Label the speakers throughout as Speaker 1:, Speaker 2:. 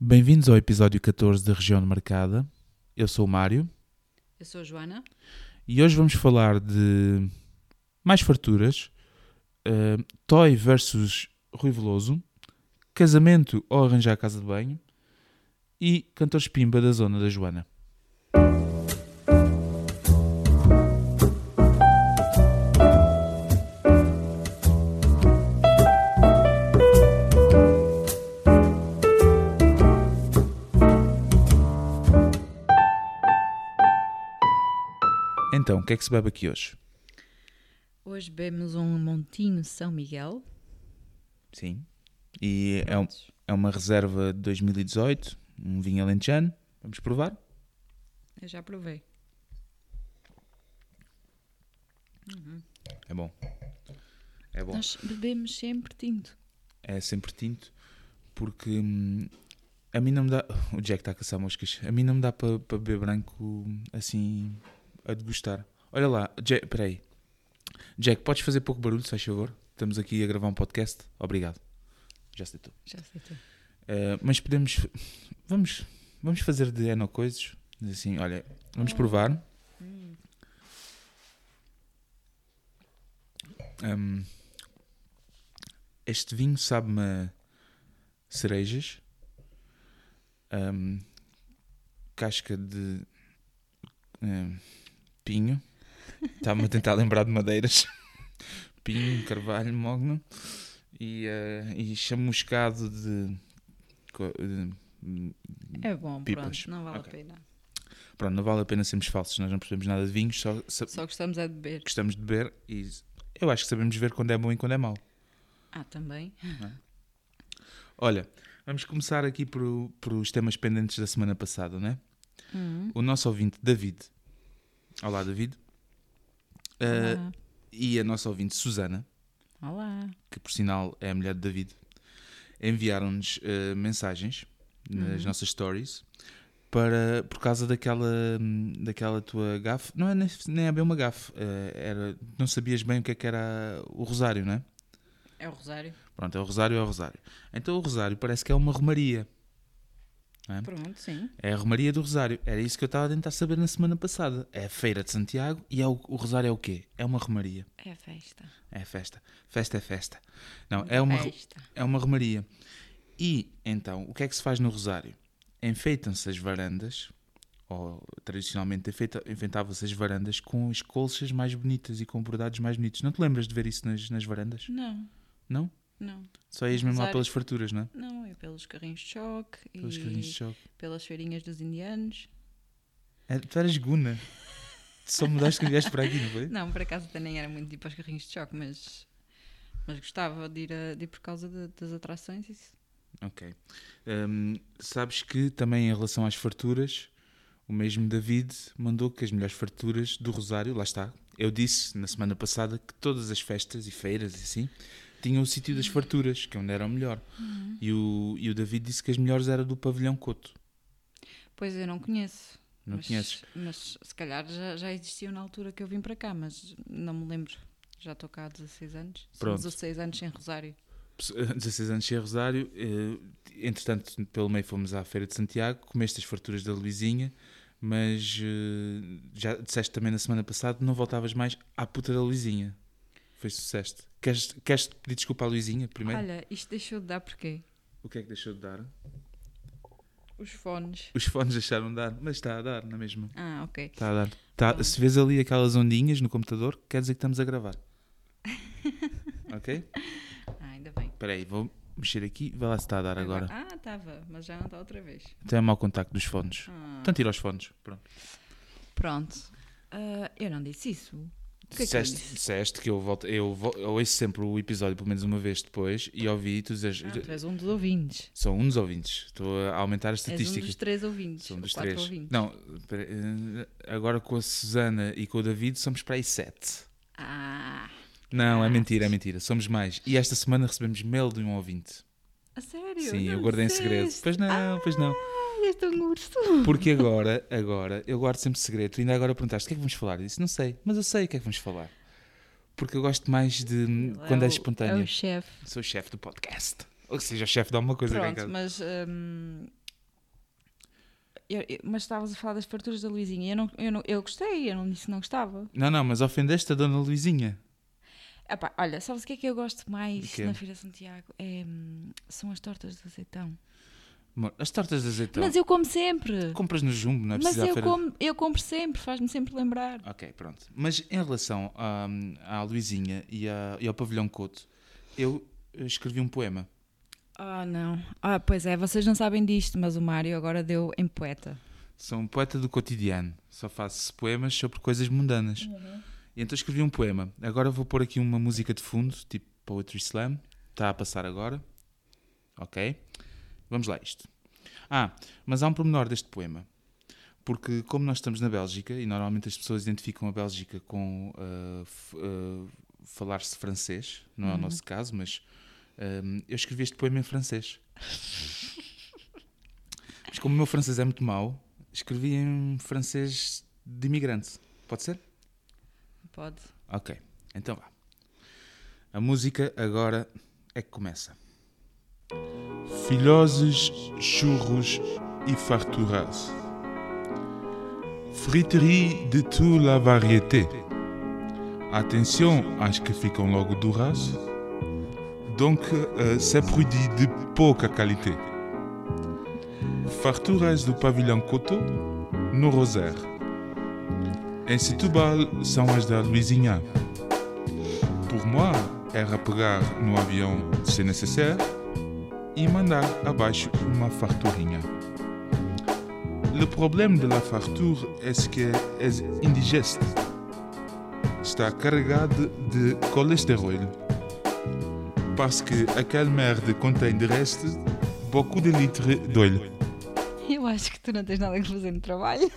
Speaker 1: Bem-vindos ao episódio 14 da Região de Marcada. Eu sou o Mário
Speaker 2: Eu sou a Joana.
Speaker 1: e hoje vamos falar de mais farturas, eh, Toy versus Rui Veloso, casamento ou arranjar a casa de banho e cantores pimba da zona da Joana. Então, o que é que se bebe aqui hoje?
Speaker 2: Hoje bebemos um Montinho São Miguel.
Speaker 1: Sim. E é, um- é uma reserva de 2018, um vinho alentejano. Vamos provar?
Speaker 2: Eu já provei.
Speaker 1: É bom. É bom.
Speaker 2: Nós bebemos sempre tinto.
Speaker 1: É sempre tinto, porque hum, a mim não me dá. O Jack está a caçar moscas. A mim não me dá para beber branco assim a degustar. Olha lá, Jack, peraí. Jack, podes fazer pouco barulho, se faz favor? Estamos aqui a gravar um podcast. Obrigado. Já se deitou.
Speaker 2: Já sei tu.
Speaker 1: Uh, mas podemos. Vamos, vamos fazer de ano coisas. Diz Assim, olha, vamos provar. Um, este vinho sabe-me a cerejas, um, casca de um, pinho. Estava-me a tentar lembrar de madeiras. Pinho, carvalho, mogno e, eh, e chamuscado de co- de-
Speaker 2: É bom,
Speaker 1: Pipas.
Speaker 2: pronto, não vale
Speaker 1: Ok.
Speaker 2: a pena.
Speaker 1: Pronto, não vale a pena sermos falsos, nós não percebemos nada de vinhos, só, sa-
Speaker 2: Só gostamos é de beber.
Speaker 1: gostamos de beber e eu acho que sabemos ver quando é bom e quando é mau.
Speaker 2: Ah, também?
Speaker 1: Olha, vamos começar aqui por, por os temas pendentes da semana passada, não é?
Speaker 2: Uhum.
Speaker 1: O nosso ouvinte, David. Olá, David. Eh,
Speaker 2: Olá.
Speaker 1: E a nossa ouvinte, Susana,
Speaker 2: Olá.
Speaker 1: que por sinal é a mulher de David, enviaram-nos eh, mensagens nas nossas stories para, por causa daquela, hum, daquela tua gafe. Não é nem, nem é bem uma gafe, eh, era, não sabias bem o que é que era o rosário, não é?
Speaker 2: É o Rosário.
Speaker 1: Pronto, é o rosário, é o rosário. Então o rosário parece que é uma romaria.
Speaker 2: Pronto, sim.
Speaker 1: É a romaria do rosário. Era isso que eu estava a tentar saber na semana passada. É a feira de Santiago e é o, o rosário é o quê? É uma romaria.
Speaker 2: É a festa.
Speaker 1: É festa. Festa é festa. Não, é uma,
Speaker 2: Festa.
Speaker 1: É uma romaria. E então, o que é que se faz no Rosário? Enfeitam-se as varandas, ou tradicionalmente enfeita- enfeitavam-se as varandas com as colchas mais bonitas e com bordados mais bonitos. Não te lembras de ver isso nas, nas varandas?
Speaker 2: Não,
Speaker 1: Não?
Speaker 2: não.
Speaker 1: Só ias mesmo lá
Speaker 2: Rosário.
Speaker 1: pelas farturas, não é?
Speaker 2: Não, é pelos carrinhos de choque
Speaker 1: Pelos
Speaker 2: e
Speaker 1: carrinhos de choque.
Speaker 2: pelas feirinhas dos indianos.
Speaker 1: É, tu eras guna. Tu Só mudaste que vieste para aqui, não foi?
Speaker 2: Não, por acaso até nem era muito de ir para os carrinhos de choque, mas, mas gostava de ir, a- de ir por causa de- das atrações. Isso.
Speaker 1: Ok. Hum, sabes que também em relação às farturas, o mesmo David mandou que as melhores farturas do Rosário, lá está. Eu disse na semana passada que todas as festas e feiras e assim tinham o sítio das farturas, que é onde era o melhor. E, o, e o David disse que as melhores eram do Pavilhão Coto.
Speaker 2: Pois eu não conheço.
Speaker 1: Não
Speaker 2: mas,
Speaker 1: conheces?
Speaker 2: Mas se calhar já, já existiam na altura que eu vim para cá, mas não me lembro. Já estou cá há 16 anos. São
Speaker 1: Pronto.
Speaker 2: 16 anos sem Rosário.
Speaker 1: Pesso- 16 eh, anos sem Rosário. eh, Entretanto, pelo meio fomos à Feira de Santiago, comeste as farturas da Luizinha, mas eh, já disseste também na semana passada que não voltavas mais à puta da Luizinha. Foi sucesso. Queres, queres pedir desculpa à Luizinha primeiro?
Speaker 2: Olha, isto deixou de dar porquê?
Speaker 1: O que é que deixou de dar?
Speaker 2: Os fones.
Speaker 1: Os fones deixaram de dar, mas está a dar, na mesma.
Speaker 2: Ah, ok.
Speaker 1: Está a dar. Tá- se vês ali aquelas ondinhas no computador, quer dizer que estamos a gravar. ok?
Speaker 2: Ah, ainda bem.
Speaker 1: Espera aí, vou mexer aqui, vai lá se está a dar agora.
Speaker 2: Ah, estava, mas já não está outra vez.
Speaker 1: Até é mau contacto dos fones.
Speaker 2: Ah.
Speaker 1: Então tira os fones. Pronto.
Speaker 2: Pronto. Ah, eu não disse isso. O que é que eu
Speaker 1: disseste,
Speaker 2: disse?
Speaker 1: disseste que eu volto, eu, vo- eu ouço sempre o episódio pelo menos uma vez depois e ouvi tu dizes,
Speaker 2: Ah, tu és um dos ouvintes.
Speaker 1: são um dos ouvintes, estou a aumentar a
Speaker 2: És um
Speaker 1: estatística.
Speaker 2: dos três ouvintes.
Speaker 1: são
Speaker 2: ou
Speaker 1: dos
Speaker 2: quatro
Speaker 1: três.
Speaker 2: ouvintes.
Speaker 1: Não, espera, eh, agora com a Susana e com o David somos para aí sete.
Speaker 2: Ah,
Speaker 1: Não, é mentira, é mentira, somos mais. E esta semana recebemos mail de um ouvinte.
Speaker 2: a sério?
Speaker 1: Sim,
Speaker 2: Não
Speaker 1: eu guardei em segredo.
Speaker 2: disseste?
Speaker 1: Pois não, pois não.
Speaker 2: Ah, és tão urso.
Speaker 1: Porque agora, agora, eu guardo sempre segredo. Tu ainda agora perguntaste o que é que vamos falar. Eu disse, não sei, mas eu sei o que é que vamos falar. Porque eu gosto mais de quando é,
Speaker 2: o-
Speaker 1: espontâneo.
Speaker 2: É o chefe.
Speaker 1: Sou o chefe do podcast. Ou seja, o chefe de alguma coisa. que é
Speaker 2: Pronto,
Speaker 1: aquela-
Speaker 2: mas hum, eu- eu- mas estavas a falar das farturas da Luizinha. Eu, não, eu, não, eu gostei, eu não disse que não gostava.
Speaker 1: Não, não, mas ofendeste a Dona Luizinha.
Speaker 2: Epá, olha, sabes o que é que eu gosto mais
Speaker 1: O quê?
Speaker 2: na Feira de Santiago? É, hum, são as tortas de azeitão.
Speaker 1: Amor, as tortas de azeitão.
Speaker 2: Mas eu como sempre.
Speaker 1: Compras no Jumbo, Então. não é
Speaker 2: Mas
Speaker 1: preciso à
Speaker 2: eu,
Speaker 1: feira.
Speaker 2: como, eu compro sempre, faz-me sempre lembrar.
Speaker 1: Ok, pronto. Mas em relação à, à Luizinha e, à- e ao Pavilhão Couto, eu escrevi um poema.
Speaker 2: Ah, não. Ah, pois é, vocês não sabem disto, mas o Mário agora deu em poeta.
Speaker 1: Sou um poeta do cotidiano. Só faço poemas sobre coisas mundanas. E então escrevi um poema. Agora vou pôr aqui uma música de fundo, tipo Poetry Slam. Está a passar agora. Ok? Vamos lá a isto. Ah, mas há um pormenor deste poema. Porque como nós estamos na Bélgica, e normalmente as pessoas identificam a Bélgica com ah, f- ah, falar-se francês, não é o nosso caso, mas ah, eu escrevi este poema em francês. Mas como o meu francês é muito mau, escrevi em francês de imigrante. Pode ser?
Speaker 2: Pode.
Speaker 1: Ok, então vá. A música agora é que começa. Filhoses, churros e farturas. Friterie de toda la variété. Atenção às que ficam logo duras. Donc, euh, c'est produit de pouca qualité. Farturas do pavilhão Coto, no Rosaire. Em Setúbal são as da Luizinha. Por moi, era pegar no avião, se necessário, e mandar abaixo uma farturinha. Le problème de la farture est que est indigeste. Está carregada de colesterol. Parce que aquela merda contém de resto beaucoup de litres d'huile.
Speaker 2: Eu acho que tu não tens nada que fazer no trabalho.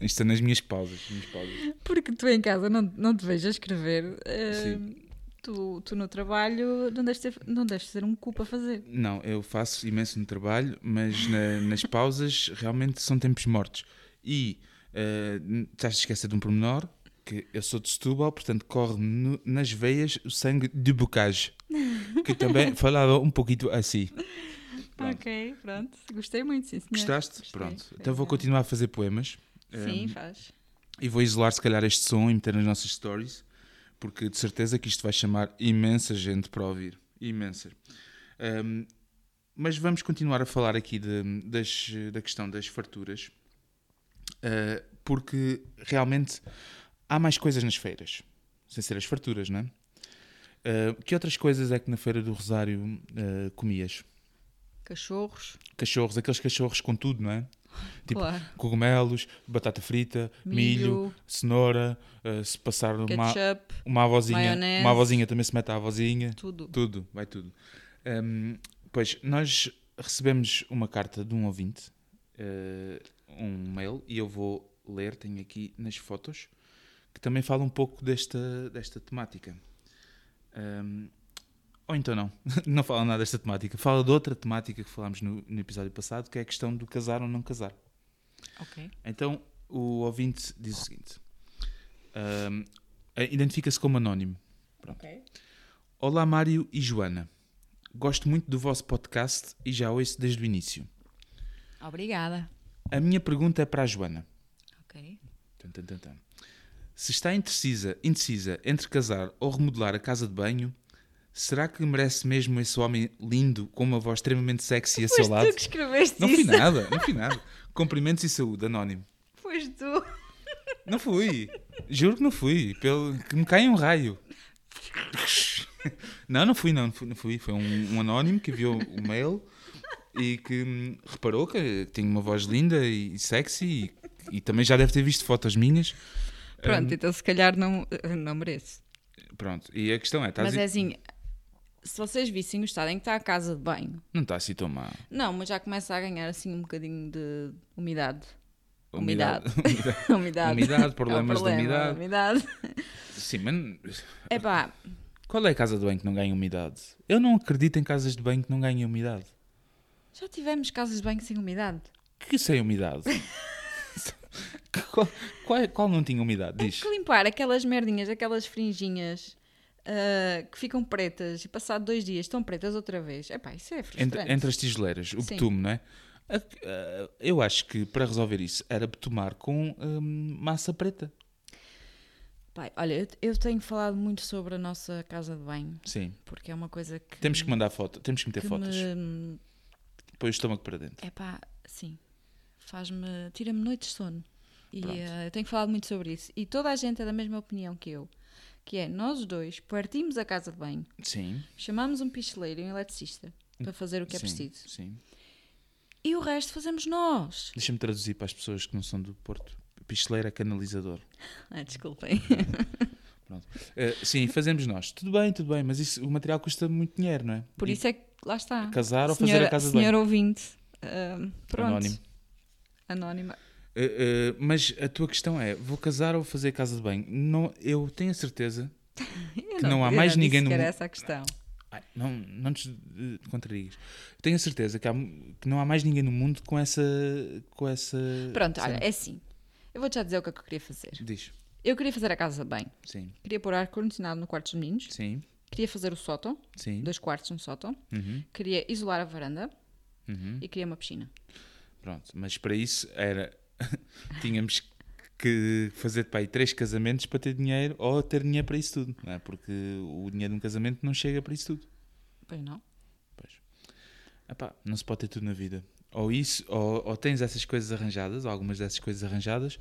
Speaker 1: Isto é nas minhas pausas. Minhas pausas.
Speaker 2: Porque tu em casa não, não te vejo a escrever. eh,
Speaker 1: Sim.
Speaker 2: tu, tu no trabalho não deves, ter, não deves ser um cu a fazer.
Speaker 1: Não, eu faço imenso no trabalho, mas na- nas pausas realmente são tempos mortos. E eh, n- estás a esquecer de um pormenor, que eu sou de Setúbal, portanto corre no- nas veias o sangue de bocage, que também falava um pouquinho assim. Pronto.
Speaker 2: Ok, pronto. Gostei muito, sim, senhor.
Speaker 1: Gostaste?
Speaker 2: Gostei.
Speaker 1: Pronto. Então vou continuar a fazer poemas.
Speaker 2: Sim, faz.
Speaker 1: E vou isolar, se calhar, este som e meter nas nossas stories, porque de certeza que isto vai chamar imensa gente para ouvir. Imensa. Ahm, mas vamos continuar a falar aqui de- das, da questão das farturas, ah, porque realmente há mais coisas nas feiras, sem ser as farturas, não é? Ah, que outras coisas é que na Feira do Rosário ah, comias?
Speaker 2: Cachorros,
Speaker 1: Cachorros, aqueles cachorros com tudo, não é? Tipo,
Speaker 2: claro.
Speaker 1: cogumelos, batata frita, milho,
Speaker 2: Milho,
Speaker 1: cenoura, eh, se passar uma,
Speaker 2: ketchup,
Speaker 1: uma avózinha,
Speaker 2: maionese.
Speaker 1: uma avózinha também se mete a avózinha,
Speaker 2: tudo.
Speaker 1: tudo, vai tudo. Hum, pois, nós recebemos uma carta de um ouvinte, eh, um mail, e eu vou ler, tenho aqui nas fotos, que também fala um pouco desta, desta temática. Hum, ou então não, não fala nada desta temática, fala de outra temática que falámos no- no episódio passado, que é a questão do casar ou não casar.
Speaker 2: Ok.
Speaker 1: Então o ouvinte diz o seguinte: Ahm, eh, identifica-se como anónimo.
Speaker 2: Ok.
Speaker 1: Olá, Mário e Joana. Gosto muito do vosso podcast e já ouço desde o início.
Speaker 2: Obrigada.
Speaker 1: A minha pergunta é para a Joana.
Speaker 2: Ok.
Speaker 1: Tum, tum, tum, tum. Se está indecisa, indecisa entre casar ou remodelar a casa de banho, será que merece mesmo esse homem lindo com uma voz extremamente sexy a seu
Speaker 2: Foste
Speaker 1: lado?
Speaker 2: tu que escreveste
Speaker 1: Não
Speaker 2: isso.
Speaker 1: fui nada, não fui nada. Cumprimentos e saúde, anónimo.
Speaker 2: Foste tu.
Speaker 1: Não fui. Juro que não fui. Pelo... Que me cai um raio. Não, não fui, não, não fui. não fui. Foi um, um anónimo que enviou o mail e que hum, reparou que tenho uma voz linda e sexy e, e também já deve ter visto fotos minhas.
Speaker 2: Pronto, então se calhar não, não mereço.
Speaker 1: Pronto, e a questão é, estás
Speaker 2: Mas
Speaker 1: a-
Speaker 2: é assim, se vocês vissem o estado em que está a casa de banho,
Speaker 1: não está assim tão má.
Speaker 2: não, mas já começa a ganhar assim um bocadinho de umidade.
Speaker 1: Umidade.
Speaker 2: Umidade.
Speaker 1: Umidade,
Speaker 2: É o
Speaker 1: problemas de
Speaker 2: problema,
Speaker 1: umidade.
Speaker 2: umidade.
Speaker 1: Sim, mas
Speaker 2: Epá,
Speaker 1: qual é a casa de banho que não ganha umidade? Eu não acredito em casas de banho que não ganhem umidade.
Speaker 2: já tivemos casas de banho sem umidade.
Speaker 1: Que sem umidade? qual, qual, é, qual não tinha umidade? Diz.
Speaker 2: Que limpar aquelas merdinhas, aquelas franjinhas ah, que ficam pretas e passado dois dias estão pretas outra vez. Epá, isso é
Speaker 1: entre,
Speaker 2: frustrante.
Speaker 1: entre as tigeleiras, o
Speaker 2: Sim.
Speaker 1: betume, não é? A- a- Eu acho que para resolver isso era tomar com hum, massa preta.
Speaker 2: Pai, olha, eu, eu tenho falado muito sobre a nossa casa de banho,
Speaker 1: Sim.
Speaker 2: porque é uma coisa que.
Speaker 1: Temos que mandar foto, temos que meter
Speaker 2: que
Speaker 1: fotos.
Speaker 2: me-
Speaker 1: Põe o estômago para dentro.
Speaker 2: É pá, sim. Faz-me. Tira-me noites de sono. E
Speaker 1: Pronto.
Speaker 2: eh, eu tenho falado muito sobre isso. E toda a gente é da mesma opinião que eu. Que é, nós os dois partimos a casa de banho,
Speaker 1: Sim.
Speaker 2: chamamos um picheleiro e um eletricista para fazer o que é
Speaker 1: sim,
Speaker 2: preciso.
Speaker 1: Sim.
Speaker 2: E o resto fazemos nós.
Speaker 1: Deixa-me traduzir para as pessoas que não são do Porto. Picheleira é canalizador.
Speaker 2: Ah, desculpem.
Speaker 1: Pronto. Eh, sim, fazemos nós. Tudo bem, tudo bem, mas isso, o material custa muito dinheiro, não é?
Speaker 2: Por
Speaker 1: E
Speaker 2: isso é que lá está.
Speaker 1: Casar ou fazer
Speaker 2: Senhora-
Speaker 1: a casa de banho.
Speaker 2: senhora ouvinte. ahm, pronto.
Speaker 1: Anónimo.
Speaker 2: Anónima.
Speaker 1: Eh, eh, mas a tua questão é: vou casar ou fazer casa de banho? Não, eu tenho a certeza.
Speaker 2: Eu
Speaker 1: Que não há
Speaker 2: eu
Speaker 1: mais
Speaker 2: disse
Speaker 1: ninguém
Speaker 2: que
Speaker 1: no
Speaker 2: era
Speaker 1: mundo-
Speaker 2: essa a questão.
Speaker 1: Ai, não, não te eh, contradigas. Tenho a certeza que, há mu- que não há mais ninguém no mundo com essa. Com essa
Speaker 2: Pronto,
Speaker 1: cena.
Speaker 2: olha, é assim. Eu vou-te já dizer o que é que eu queria fazer.
Speaker 1: Diz.
Speaker 2: Eu queria fazer a casa de banho.
Speaker 1: Sim,
Speaker 2: Queria pôr ar-condicionado no quarto dos meninos.
Speaker 1: sim,
Speaker 2: Queria fazer o sótão.
Speaker 1: sim.
Speaker 2: Dois quartos no sótão.
Speaker 1: Uhum,
Speaker 2: Queria isolar a varanda.
Speaker 1: uhum.
Speaker 2: E queria uma piscina.
Speaker 1: Pronto, mas para isso era. Tínhamos que fazer para aí três casamentos para ter dinheiro ou ter dinheiro para isso tudo, não é? Porque o dinheiro de um casamento não chega para isso tudo.
Speaker 2: Pois não?
Speaker 1: Pois. Epá, não se pode ter tudo na vida. Ou isso, ou, ou tens essas coisas arranjadas, ou algumas dessas coisas arranjadas,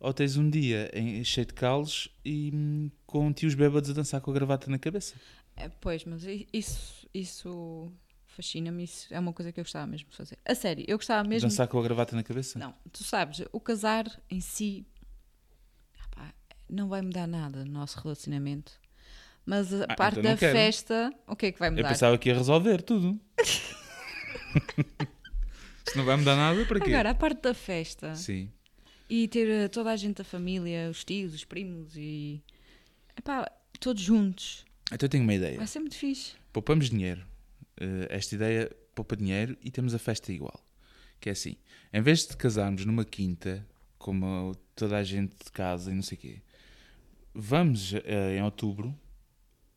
Speaker 1: ou tens um dia em- cheio de calos e hum, com tios bêbados a dançar com a gravata na cabeça.
Speaker 2: É, pois, mas i- isso, isso fascina-me. Isso é uma coisa que eu gostava mesmo de fazer. A sério, eu gostava mesmo.
Speaker 1: Dançar com a gravata na cabeça?
Speaker 2: Não, tu sabes, o casar em si ah pá, não vai mudar nada no nosso relacionamento. Mas a
Speaker 1: Ah,
Speaker 2: parte
Speaker 1: então não
Speaker 2: da
Speaker 1: quero.
Speaker 2: festa, o que é que vai
Speaker 1: Eu
Speaker 2: mudar?
Speaker 1: pensava que ia resolver tudo. Se não vai mudar nada, para quê?
Speaker 2: Agora, a parte da festa
Speaker 1: Sim.
Speaker 2: e ter eh, toda a gente da família, os tios, os primos e. Epá, todos juntos.
Speaker 1: Então eu tenho uma ideia.
Speaker 2: Vai ser muito fixe.
Speaker 1: Poupamos dinheiro. Eh, esta ideia poupa dinheiro e temos a festa igual. Que é assim: em vez de casarmos numa quinta, como toda a gente de casa e não sei o quê, vamos eh, em outubro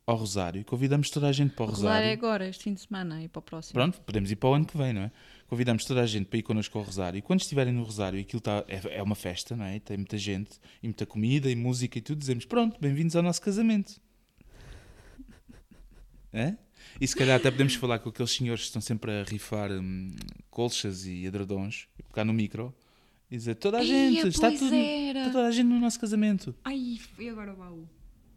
Speaker 1: ao Rosário e convidamos toda a gente para o
Speaker 2: O rolar é
Speaker 1: Rosário.
Speaker 2: agora, este fim de semana e para o próximo.
Speaker 1: Pronto, podemos ir para o ano que vem, não é? Convidamos toda a gente para ir connosco ao Rosário. E quando estiverem no Rosário, aquilo está, é, é uma festa, não é? Tem muita gente, e muita comida, e música e tudo. Dizemos, pronto, bem-vindos ao nosso casamento. Hã? E se calhar até podemos falar com aqueles senhores que estão sempre a rifar hum, colchas e edredons, e pegar no micro, e dizer, toda a
Speaker 2: Ia,
Speaker 1: gente, está,
Speaker 2: pois
Speaker 1: tudo,
Speaker 2: era.
Speaker 1: está toda a gente no nosso casamento.
Speaker 2: Ai, foi agora o baú.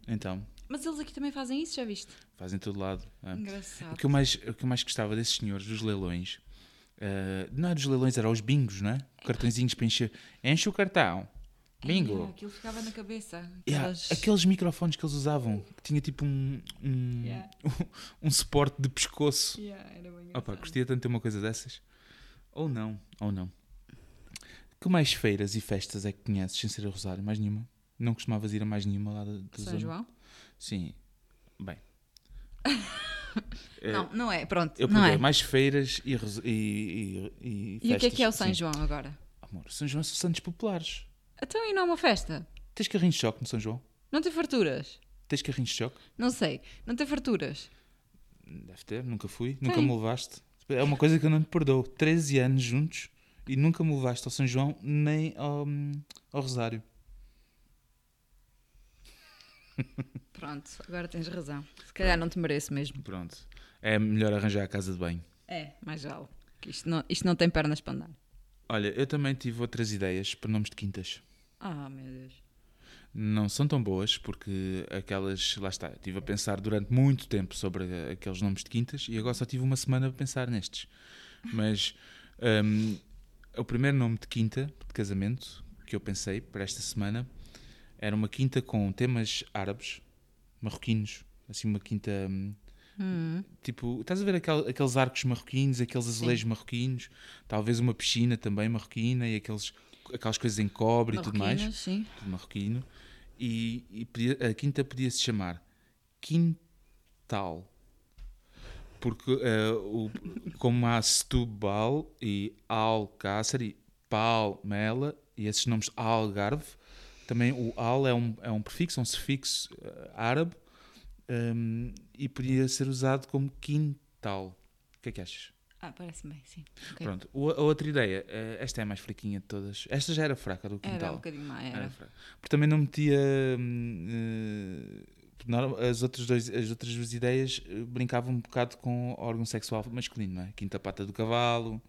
Speaker 1: Então,
Speaker 2: Mas eles aqui também fazem isso, já viste?
Speaker 1: fazem todo lado. não é? O
Speaker 2: Engraçado.
Speaker 1: que, eu mais, o que eu mais gostava desses senhores, dos leilões, eh, não era dos leilões, era os bingos, não é? Cartõezinhos para encher. Enche o cartão.
Speaker 2: Ai,
Speaker 1: é
Speaker 2: é,
Speaker 1: Bingo.
Speaker 2: aquilo ficava na cabeça.
Speaker 1: Yeah,
Speaker 2: Aquelas-
Speaker 1: Aqueles microfones que eles usavam, que tinha tipo um, um,
Speaker 2: Yeah.
Speaker 1: um suporte de pescoço.
Speaker 2: Yeah, era bem
Speaker 1: Opa,
Speaker 2: engraçado.
Speaker 1: gostaria tanto de ter uma coisa dessas. Ou não, ou não. Que mais feiras e festas é que conheces sem ser a Rosário? Mais nenhuma? Não costumavas ir a mais nenhuma lá da, da
Speaker 2: São
Speaker 1: zona?
Speaker 2: João?
Speaker 1: Sim. Bem. Eh,
Speaker 2: Não, não é, pronto,
Speaker 1: Eu
Speaker 2: não
Speaker 1: perdi
Speaker 2: é.
Speaker 1: mais feiras e, res- e, e, e
Speaker 2: E o que é que é o
Speaker 1: festas.
Speaker 2: São
Speaker 1: Sim.
Speaker 2: João agora?
Speaker 1: Amor, São João são santos populares.
Speaker 2: Então e não é uma festa?
Speaker 1: Tens carrinho de choque no São João?
Speaker 2: Não tem farturas?
Speaker 1: Tens carrinho de choque?
Speaker 2: Não sei, não tem farturas?
Speaker 1: Deve ter, nunca fui, nunca me levaste. É uma coisa que eu não te perdoo. 13 anos juntos e nunca me levaste ao São João nem ao, ao Rosário.
Speaker 2: Pronto, agora tens razão. Se calhar não te mereço mesmo.
Speaker 1: Pronto. É melhor arranjar a casa de banho.
Speaker 2: É, mais vale. Que isto, não, isto não tem pernas para andar.
Speaker 1: Olha, eu também tive outras ideias para nomes de quintas.
Speaker 2: Ah, meu Deus.
Speaker 1: Não são tão boas porque aquelas. Lá está, estive a pensar durante muito tempo sobre eh, aqueles nomes de quintas e agora só tive uma semana a pensar nestes. Mas hum, o primeiro nome de quinta de casamento que eu pensei para esta semana era uma quinta com temas árabes, marroquinos, assim uma quinta. hum, Tipo, estás a ver aquel- aqueles arcos marroquinos, aqueles azulejos marroquinos, talvez uma piscina também marroquina e aqueles, aquelas coisas em cobre e tudo mais
Speaker 2: Marroquinas, sim.
Speaker 1: de marroquino, e, e podia- a quinta podia se chamar Quintal. Porque, eh, o, como há Setúbal e Alcácer e Palmela, e esses nomes Algarve, também o Al é um, é um prefixo, um sufixo eh, árabe, ehm, e podia ser usado como quintal. O que é que achas?
Speaker 2: Ah, parece bem, sim. Ok.
Speaker 1: Pronto, o- a outra ideia, eh, esta é a mais fraquinha de todas. Esta já era fraca do quintal.
Speaker 2: Era um bocadinho má, era.
Speaker 1: Era fraca. É, Porque também não metia. hum, eh, porque norma- as, outras dois, as outras duas ideias eh, brincavam um bocado com o órgão sexual masculino, não é? Quinta pata do cavalo,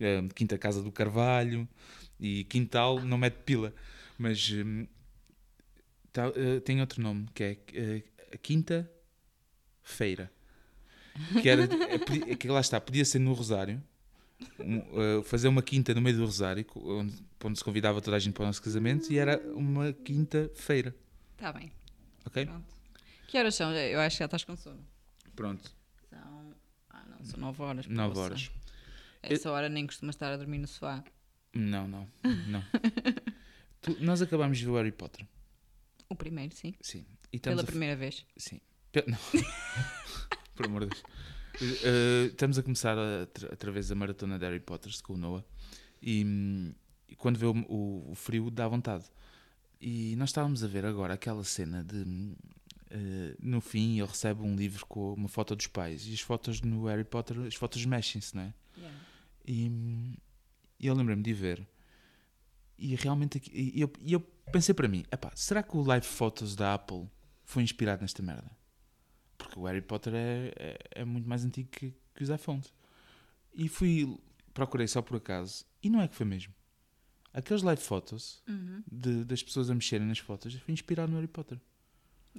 Speaker 1: eh, quinta casa do carvalho e quintal não mete pila. Mas hum, tá- eh, tem outro nome que é eh, a quinta feira. Que era, é, podia- é que lá está, podia ser no Rosário, um, eh, fazer uma quinta no meio do Rosário, co- onde, para onde se convidava toda a gente para o nosso casamento, e era uma quinta-feira.
Speaker 2: Está Tá bem,
Speaker 1: Ok?
Speaker 2: pronto. Que horas são? Eu acho que já estás com sono.
Speaker 1: Pronto,
Speaker 2: São. Ah, não, são 9 horas. pô,
Speaker 1: 9
Speaker 2: você.
Speaker 1: horas.
Speaker 2: Essa hora nem costuma estar a dormir no sofá.
Speaker 1: Não, não, não. Tu- nós acabámos de ver o Harry Potter.
Speaker 2: O primeiro, sim.
Speaker 1: Sim. E
Speaker 2: Pela
Speaker 1: estamos a,
Speaker 2: primeira vez.
Speaker 1: Sim. Pe- Não. Por amor de Deus. Eh, estamos a começar a- tra- através da maratona de Harry Potter com o Noah. E, hum, e quando vê o, o- o frio, dá vontade. E nós estávamos a ver agora aquela cena de. hum, eh, no fim, ele recebe um livro com uma foto dos pais. E as fotos no Harry Potter, as fotos mexem-se, não é? E, hum, e eu lembrei-me de ver. E realmente aqui- e eu, e eu pensei para mim: "Epá, será que o Live Photos da Apple foi inspirado nesta merda? Porque o Harry Potter é, é, é muito mais antigo que, que os iPhones. E fui, procurei só por acaso, e não é que foi mesmo. Aqueles live photos de- das pessoas a mexerem nas fotos foi inspirado no Harry Potter.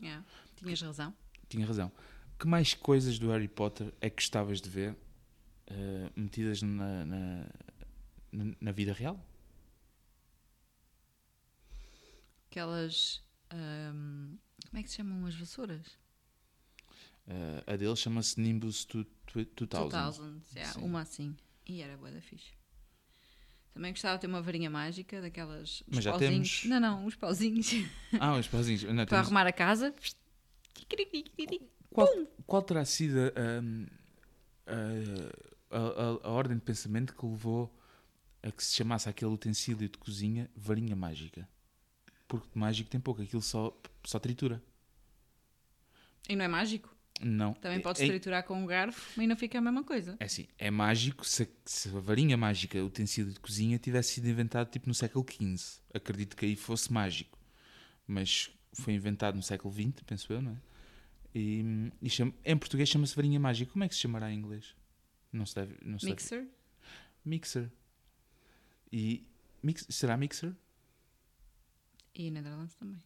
Speaker 2: Yeah. Tinhas razão.
Speaker 1: Tinha razão. Que mais coisas do Harry Potter é que gostavas de ver eh, metidas na, na, na- na vida real?
Speaker 2: Aquelas. ahm, como é que se chamam as vassouras?
Speaker 1: Eh, a dele chama-se Nimbus 2000.
Speaker 2: 2000. yeah,
Speaker 1: Sim.
Speaker 2: uma assim. E era boa da fixe. Também gostava de ter uma varinha mágica, daquelas. uns
Speaker 1: Mas já
Speaker 2: pauzinhos.
Speaker 1: temos.
Speaker 2: Não, não, uns pauzinhos.
Speaker 1: Ah, os pauzinhos. Não,
Speaker 2: para
Speaker 1: temos-
Speaker 2: arrumar a casa.
Speaker 1: Qual, qual terá sido hum, a, a- a- a ordem de pensamento que levou a que se chamasse aquele utensílio de cozinha varinha mágica? Porque de mágico tem pouco, aquilo só, só tritura.
Speaker 2: E não é mágico?
Speaker 1: Não.
Speaker 2: Também
Speaker 1: É-
Speaker 2: podes
Speaker 1: é,
Speaker 2: triturar com um garfo e não fica a mesma coisa.
Speaker 1: é assim, é mágico se, se a varinha mágica, o utensílio de cozinha, tivesse sido inventado tipo no século XV. Acredito que aí fosse mágico. Mas foi inventado no século XX, penso eu, não é? E, hum, e chama- em português chama-se varinha mágica. Como é que se chamará em inglês? Não se deve. Não se deve-
Speaker 2: Mixer?
Speaker 1: Mixer. E mix, será Mixer?
Speaker 2: E Netherlands também.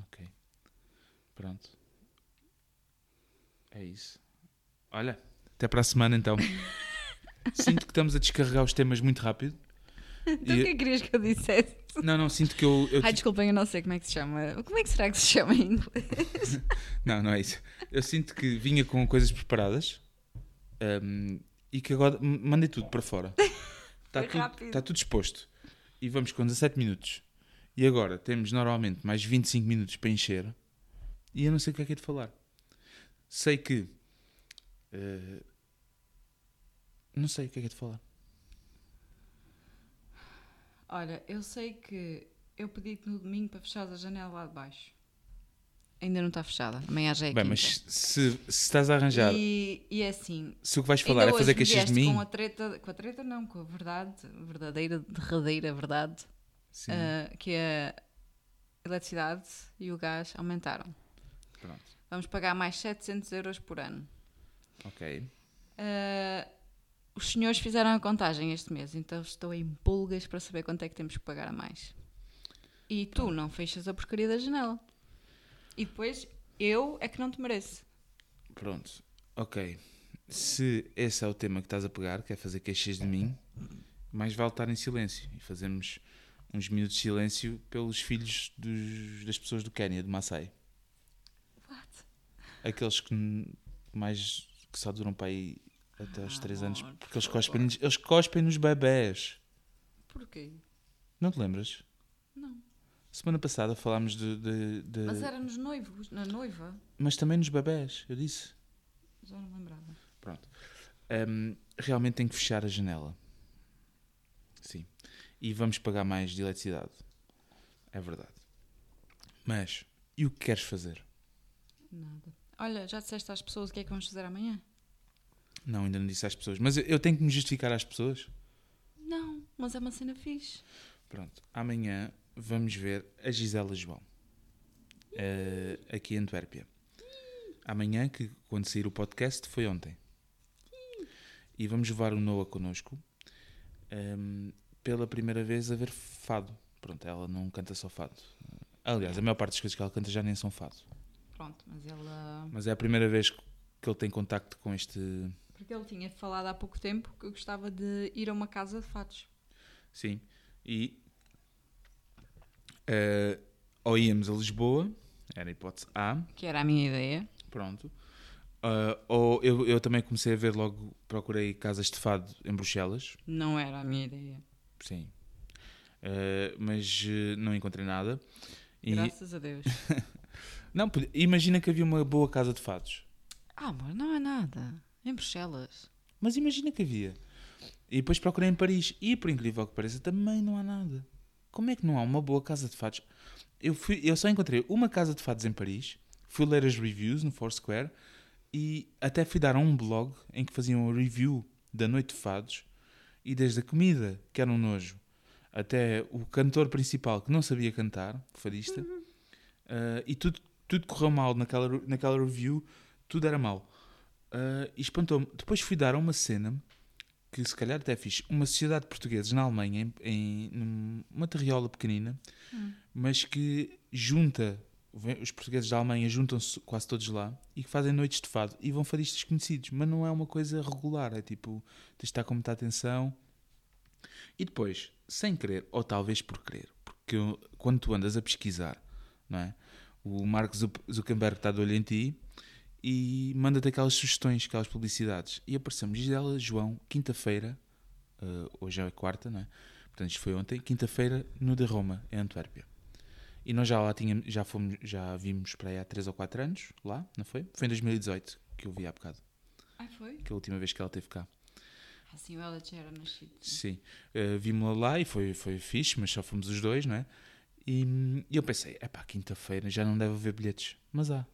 Speaker 1: Ok. Pronto. É isso. Olha, até para a semana então. sinto que estamos a descarregar os temas muito rápido.
Speaker 2: Então o que é que querias que eu dissesse?
Speaker 1: Não, não, sinto que eu. eu
Speaker 2: Ai,
Speaker 1: ti-
Speaker 2: desculpem, eu não sei como é que se chama. Como é que será que se chama em inglês?
Speaker 1: Não, não é isso. Eu sinto que vinha com coisas preparadas hum, e que agora m- mandei tudo para fora. Está
Speaker 2: Foi
Speaker 1: tudo,
Speaker 2: rápido.
Speaker 1: tá tudo exposto. E vamos com 17 minutos. E agora temos normalmente mais 25 minutos para encher e eu não sei o que é que é de falar. Sei que. eh, não sei o que é que é de falar.
Speaker 2: Olha, eu sei que eu pedi-te no domingo para fechar a janela lá de baixo. Ainda não está fechada. Amanhã já é
Speaker 1: Bem,
Speaker 2: quinta.
Speaker 1: mas se, se estás a arranjar.
Speaker 2: E, e é assim,
Speaker 1: Se o que vais falar é
Speaker 2: Ainda
Speaker 1: fazer
Speaker 2: hoje me
Speaker 1: queixas de
Speaker 2: vieste
Speaker 1: mim.
Speaker 2: Com a, treta, com a treta, não, com a verdade, verdadeira, derradeira verdade,
Speaker 1: Sim,
Speaker 2: ah, que a eletricidade e o gás aumentaram.
Speaker 1: pronto.
Speaker 2: Vamos pagar mais 700 euros por ano.
Speaker 1: Ok.
Speaker 2: Ah, os senhores fizeram a contagem este mês, então estou em pulgas para saber quanto é que temos que pagar a mais. E tu não fechas a porcaria da janela. E depois eu é que não te mereço.
Speaker 1: Pronto, ok. Se esse é o tema que estás a pegar, que é fazer queixas de mim, mais vale estar em silêncio e fazermos uns minutos de silêncio pelos filhos dos- das pessoas do Quénia, de Maasai.
Speaker 2: What?
Speaker 1: Aqueles que n- mais que só duram para aí até aos 3 anos,
Speaker 2: Amor,
Speaker 1: porque eles
Speaker 2: Ah, por
Speaker 1: cospem, eles cospem nos bebés.
Speaker 2: Porquê?
Speaker 1: Não te lembras?
Speaker 2: Não.
Speaker 1: Semana passada falámos de. de- de-
Speaker 2: Mas era nos noivos, na noiva.
Speaker 1: mas também nos bebés, eu disse.
Speaker 2: Já não lembrava.
Speaker 1: Pronto. Hum, realmente tem que fechar a janela. Sim. E vamos pagar mais de eletricidade. É verdade. Mas, e o que queres fazer?
Speaker 2: Nada. Olha, já disseste às pessoas o que é que vamos fazer amanhã?
Speaker 1: Não, ainda não disse às pessoas. Mas eu- eu tenho que me justificar às pessoas.
Speaker 2: Não, mas é uma cena fixe.
Speaker 1: Pronto, amanhã vamos ver a Gisela João eh, aqui em Antuérpia. Amanhã, que quando sair o podcast, foi ontem. E vamos levar o Noah connosco ehm, pela primeira vez a ver fado. Pronto, ela não canta só fado. Aliás, a maior parte das coisas que ela canta já nem são fado.
Speaker 2: Pronto, mas ela.
Speaker 1: Mas é a primeira vez que ele tem contacto com este.
Speaker 2: Porque ele tinha falado há pouco tempo que eu gostava de ir a uma casa de fatos.
Speaker 1: Sim. E eh, ou íamos a Lisboa, era a hipótese A,
Speaker 2: Que era a minha ideia.
Speaker 1: Pronto. Ah, ou eu, eu também comecei a ver logo, procurei casas de fado em Bruxelas.
Speaker 2: Não era a minha ideia.
Speaker 1: Sim. Ah, mas eh, não encontrei nada. E,
Speaker 2: Graças a Deus.
Speaker 1: não, pod- imagina que havia uma boa casa de fados.
Speaker 2: ah, amor, não é nada. Em Bruxelas.
Speaker 1: Mas imagina que havia. E depois procurei em Paris. E por incrível que pareça, também não há nada. Como é que não há uma boa casa de fados? Eu, fui, eu só encontrei uma casa de fados em Paris. Fui ler as reviews no Foursquare. E até fui dar a um blog em que faziam a review da noite de fados. E desde a comida, que era um nojo, até o cantor principal, que não sabia cantar, fadista. ah, e tudo, tudo correu mal naquela, re- naquela review. Tudo era mal. Ah, e espantou-me. Depois fui dar a uma cena que se calhar até fiz. Uma sociedade de portugueses na Alemanha, em, em- numa terriola pequenina, mas que junta, vem- os portugueses da Alemanha juntam-se quase todos lá e que fazem noites de fado e vão fadistas conhecidos, mas não é uma coisa regular, é tipo, tens de estar com muita atenção. E depois, sem querer, ou talvez por querer, porque eu- quando tu andas a pesquisar, não é? O Mark Zup- Zuckerberg está de olho em ti e manda-te aquelas sugestões, aquelas publicidades. E apareceu-me Gisela João, quinta-feira, eh, hoje é quarta, não é? Portanto, isto foi ontem, quinta-feira, no de Roma, em Antuérpia. E nós já lá tínhamos, já fomos, já vimos para aí há 3 ou 4 anos, lá, não foi? Foi em 2018 que eu vi há bocado,
Speaker 2: Ai, Ah, foi?
Speaker 1: que é a última vez que ela esteve cá.
Speaker 2: Assim ela já era nascida.
Speaker 1: Sim, Eh, vimos-la lá e foi, foi fixe, mas só fomos os dois, não é? E hum, eu pensei, é pá, quinta-feira já não deve haver bilhetes, mas há.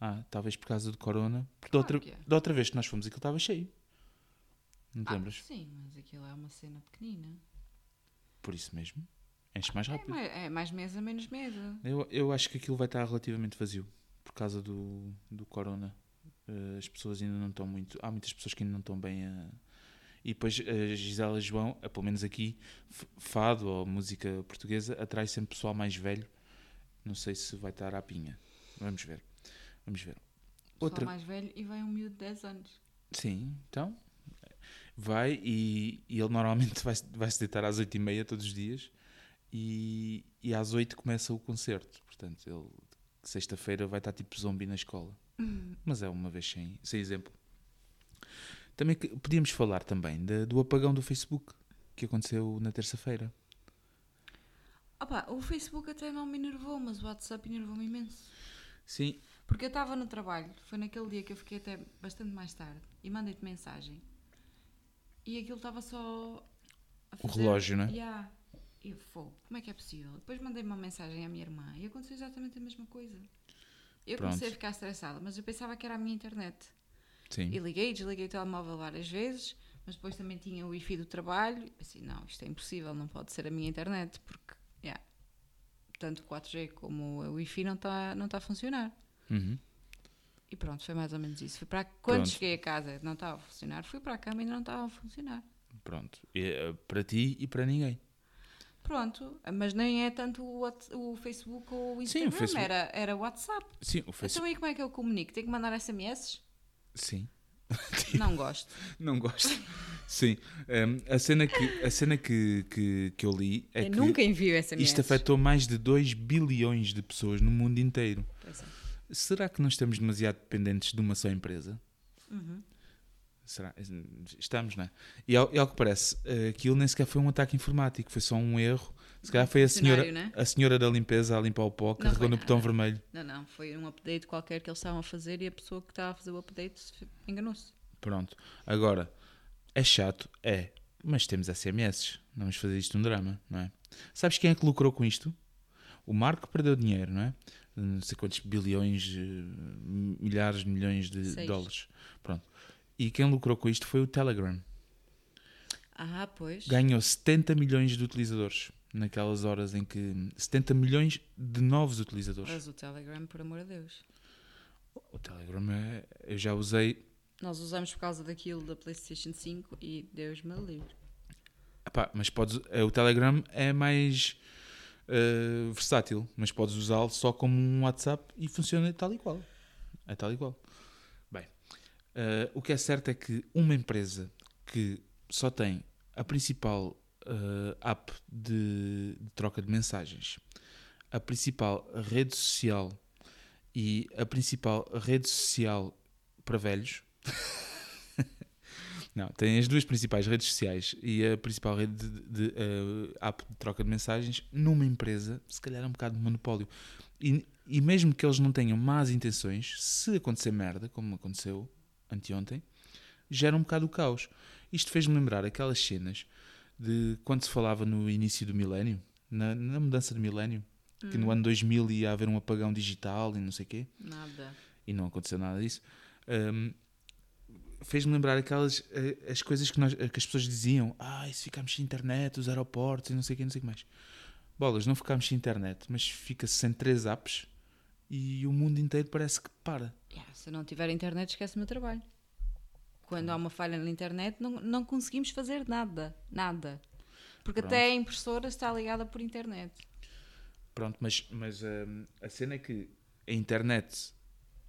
Speaker 1: Há, talvez por causa do corona, porque da,
Speaker 2: Claro
Speaker 1: outra,
Speaker 2: que é. Ah.
Speaker 1: da outra vez que nós fomos aquilo estava cheio. Não te lembras?
Speaker 2: sim, mas aquilo é uma cena pequenina.
Speaker 1: Por isso mesmo, enche mais
Speaker 2: É
Speaker 1: rápido.
Speaker 2: mais, é mais mesa, menos mesa.
Speaker 1: Eu, eu acho que aquilo vai estar relativamente vazio por causa do, do corona. Eh, as pessoas ainda não estão muito. Há muitas pessoas que ainda não estão bem a. E depois a Gisela João, eh, pelo menos aqui, f- fado ou música portuguesa, atrai sempre pessoal mais velho. Não sei se vai estar à pinha. Vamos ver. Vamos ver.
Speaker 2: Outra...
Speaker 1: Outra.
Speaker 2: mais velho e vai um miúdo de 10 anos.
Speaker 1: Sim, então. Vai e, e ele normalmente vai, vai se deitar às 8h30 todos os dias e, e às 8 começa o concerto. Portanto, ele sexta-feira vai estar tipo zombi na escola. Mas é uma vez sem, sem exemplo. Também que- podíamos falar também da- do apagão do Facebook que aconteceu na terça-feira.
Speaker 2: Opa, o Facebook até não me enervou, mas o WhatsApp enervou-me imenso.
Speaker 1: Sim,
Speaker 2: Porque eu estava no trabalho, foi naquele dia que eu fiquei até bastante mais tarde e mandei-te mensagem. E aquilo estava só. a
Speaker 1: o
Speaker 2: fazer-
Speaker 1: relógio, né?
Speaker 2: Yeah. E eu fogo, como é que é possível? Depois mandei uma mensagem à minha irmã e aconteceu exatamente a mesma coisa. Eu comecei a
Speaker 1: Pronto.
Speaker 2: ficar estressada, mas eu pensava que era a minha internet. E
Speaker 1: Sim.
Speaker 2: liguei, desliguei o telemóvel várias vezes, mas depois também tinha o wi-fi do trabalho. Assim, não, isto é impossível, não pode ser a minha internet, porque yeah, tanto o 4G como o wi-fi não está não tá a funcionar.
Speaker 1: Uhum.
Speaker 2: E pronto, foi mais ou menos isso. Fui para a- Quando
Speaker 1: Pronto.
Speaker 2: cheguei a casa não estava a funcionar, fui para a cama e ainda não estava a funcionar.
Speaker 1: Pronto. E, eh, para ti e para ninguém.
Speaker 2: Pronto, mas nem é tanto o, Whats- o Facebook ou o
Speaker 1: Sim,
Speaker 2: Instagram,
Speaker 1: o Facebook.
Speaker 2: Era, era o WhatsApp.
Speaker 1: Sim, o Facebook.
Speaker 2: Então aí como é que eu comunico? Tenho que mandar SMS?
Speaker 1: Sim.
Speaker 2: não gosto.
Speaker 1: Não gosto. Sim. Hum, a cena, que, a cena que, que, que eu li é
Speaker 2: eu
Speaker 1: que
Speaker 2: nunca envio SMS.
Speaker 1: isto afetou mais de 2 bilhões de pessoas no mundo inteiro.
Speaker 2: Pois é.
Speaker 1: Será que nós estamos demasiado dependentes de uma só empresa?
Speaker 2: Uhum.
Speaker 1: Será? Estamos, não é? E ao, e ao que parece, eh, aquilo nem sequer foi um ataque informático, foi só um erro. Se calhar foi a senhora,
Speaker 2: Uhum. Funcionário, né?
Speaker 1: a senhora da limpeza a limpar o pó, carregou
Speaker 2: foi
Speaker 1: no
Speaker 2: nada.
Speaker 1: botão vermelho.
Speaker 2: Não, não, foi um update qualquer que eles estavam a fazer e a pessoa que estava a fazer o update se- enganou-se.
Speaker 1: Pronto. Agora, é chato? É. Mas temos SMS. Não vamos fazer isto um drama, não é? Sabes quem é que lucrou com isto? O Marco perdeu dinheiro, não é? Não sei quantos bilhões, eh, milhares, milhões de
Speaker 2: Seis.
Speaker 1: dólares. Pronto. E quem lucrou com isto foi o Telegram.
Speaker 2: Ah, pois.
Speaker 1: Ganhou 70 milhões de utilizadores naquelas horas em que. 70 milhões de novos utilizadores.
Speaker 2: Mas o Telegram, por amor de Deus.
Speaker 1: O Telegram é. Eu já usei.
Speaker 2: Nós usamos por causa daquilo da PlayStation 5 e Deus me livre.
Speaker 1: Epá, mas podes. é, O Telegram é mais. eh, versátil, mas podes usá-lo só como um WhatsApp e funciona tal e qual. É tal e qual. Bem, eh, o que é certo é que uma empresa que só tem a principal eh, app de, de troca de mensagens, a principal rede social e a principal rede social para velhos. Não, tem as duas principais redes sociais e a principal rede de, de, eh, app de troca de mensagens numa empresa, se calhar é um bocado de monopólio. E, e mesmo que eles não tenham más intenções, se acontecer merda, como aconteceu anteontem, gera um bocado o caos. Isto fez-me lembrar aquelas cenas de quando se falava no início do milénio, na, na mudança do milénio, que no ano 2000 ia haver um apagão digital e não sei o quê
Speaker 2: Nada.
Speaker 1: e não aconteceu nada disso, hum, fez-me lembrar aquelas eh, as coisas que, nós, que as pessoas diziam: ah, se ficámos sem internet, os aeroportos e não sei o que, não sei o que mais. Bolas, não ficámos sem internet, mas fica-se sem três apps e o mundo inteiro parece que para.
Speaker 2: Yeah, se eu não tiver internet, esquece o meu trabalho.
Speaker 1: Tá
Speaker 2: Quando há uma falha na internet, não, não conseguimos fazer nada. Nada. Porque até a impressora está ligada por internet.
Speaker 1: Pronto, mas, mas hum, a cena é que a internet,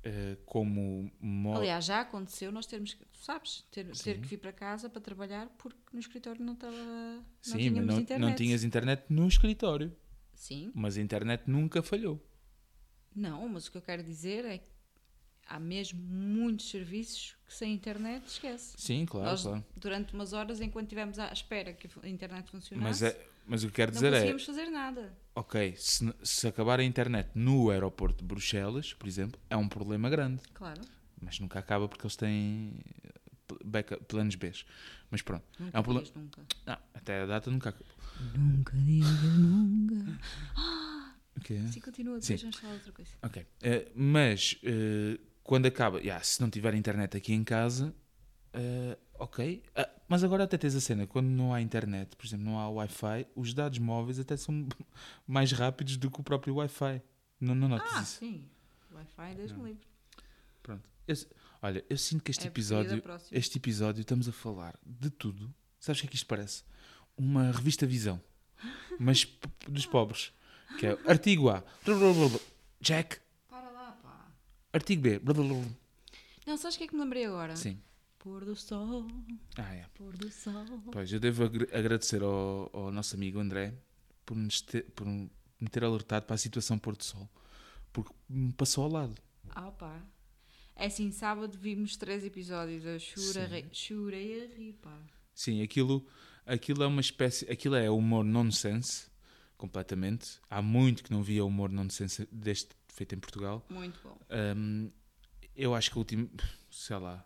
Speaker 1: eh, como modo.
Speaker 2: Aliás, já aconteceu nós termos, que- sabes, ter, ter que vir para casa para trabalhar porque no escritório não estava. Não
Speaker 1: Sim,
Speaker 2: tínhamos
Speaker 1: mas não,
Speaker 2: internet.
Speaker 1: não tinhas internet no escritório.
Speaker 2: Sim.
Speaker 1: Mas a internet nunca falhou.
Speaker 2: Não, mas o que eu quero dizer é que há mesmo muitos serviços que sem internet esquece.
Speaker 1: Sim, claro,
Speaker 2: Nós,
Speaker 1: claro.
Speaker 2: durante umas horas, enquanto estivemos à espera que a internet funcionasse,
Speaker 1: Mas, é, mas o que quero
Speaker 2: não
Speaker 1: dizer é.
Speaker 2: conseguimos fazer nada.
Speaker 1: Ok, se, se acabar a internet no aeroporto de Bruxelas, por exemplo, é um problema grande.
Speaker 2: Claro.
Speaker 1: Mas nunca acaba porque eles têm eh, pl- backup- planos B. Mas pronto,
Speaker 2: Nunca
Speaker 1: é um problema.
Speaker 2: digas nunca.
Speaker 1: Não, até a data nunca acaba.
Speaker 2: Nunca digas nunca.
Speaker 1: Ok.
Speaker 2: Ah, Sim, continua, depois vamos falar outra coisa.
Speaker 1: Ok. Eh, mas eh, quando acaba, yeah, se não tiver internet aqui em casa, eh, ok. Ah, mas agora até tens a cena, quando não há internet, por exemplo, não há Wi-Fi, os dados móveis até são mais rápidos do que o próprio Wi-Fi. Não, não notas
Speaker 2: Ah,
Speaker 1: isso?
Speaker 2: sim. Wi-Fi, Deus me livre.
Speaker 1: Pronto. Eu se- olha, eu sinto que este
Speaker 2: É a preferida
Speaker 1: episódio,
Speaker 2: próxima.
Speaker 1: este episódio estamos a falar de tudo. Sabes o que é que isto parece? Uma revista Visão, mas p- p- dos pobres. Que é artigo A, blá, blá, blá, blá, Jack,
Speaker 2: Para lá, pá.
Speaker 1: artigo B, blá, blá, blá, blá.
Speaker 2: Não, sabes o que é que me lembrei agora?
Speaker 1: Sim.
Speaker 2: Pôr do sol,
Speaker 1: Ah, é.
Speaker 2: pôr do sol.
Speaker 1: Pois, eu devo agra- agradecer ao, ao nosso amigo André por, nos ter, por me ter alertado para a situação Porto Sol, porque me passou ao lado.
Speaker 2: Ah, pá. É assim, sábado vimos três episódios. Eu chorei,
Speaker 1: Sim.
Speaker 2: a ri- chorei a rir, pá.
Speaker 1: Sim, aquilo, aquilo é uma espécie. Aquilo é humor nonsense, completamente. Há muito que não via humor nonsense deste feito em Portugal.
Speaker 2: Muito bom.
Speaker 1: Hum, eu acho que o último. Sei lá.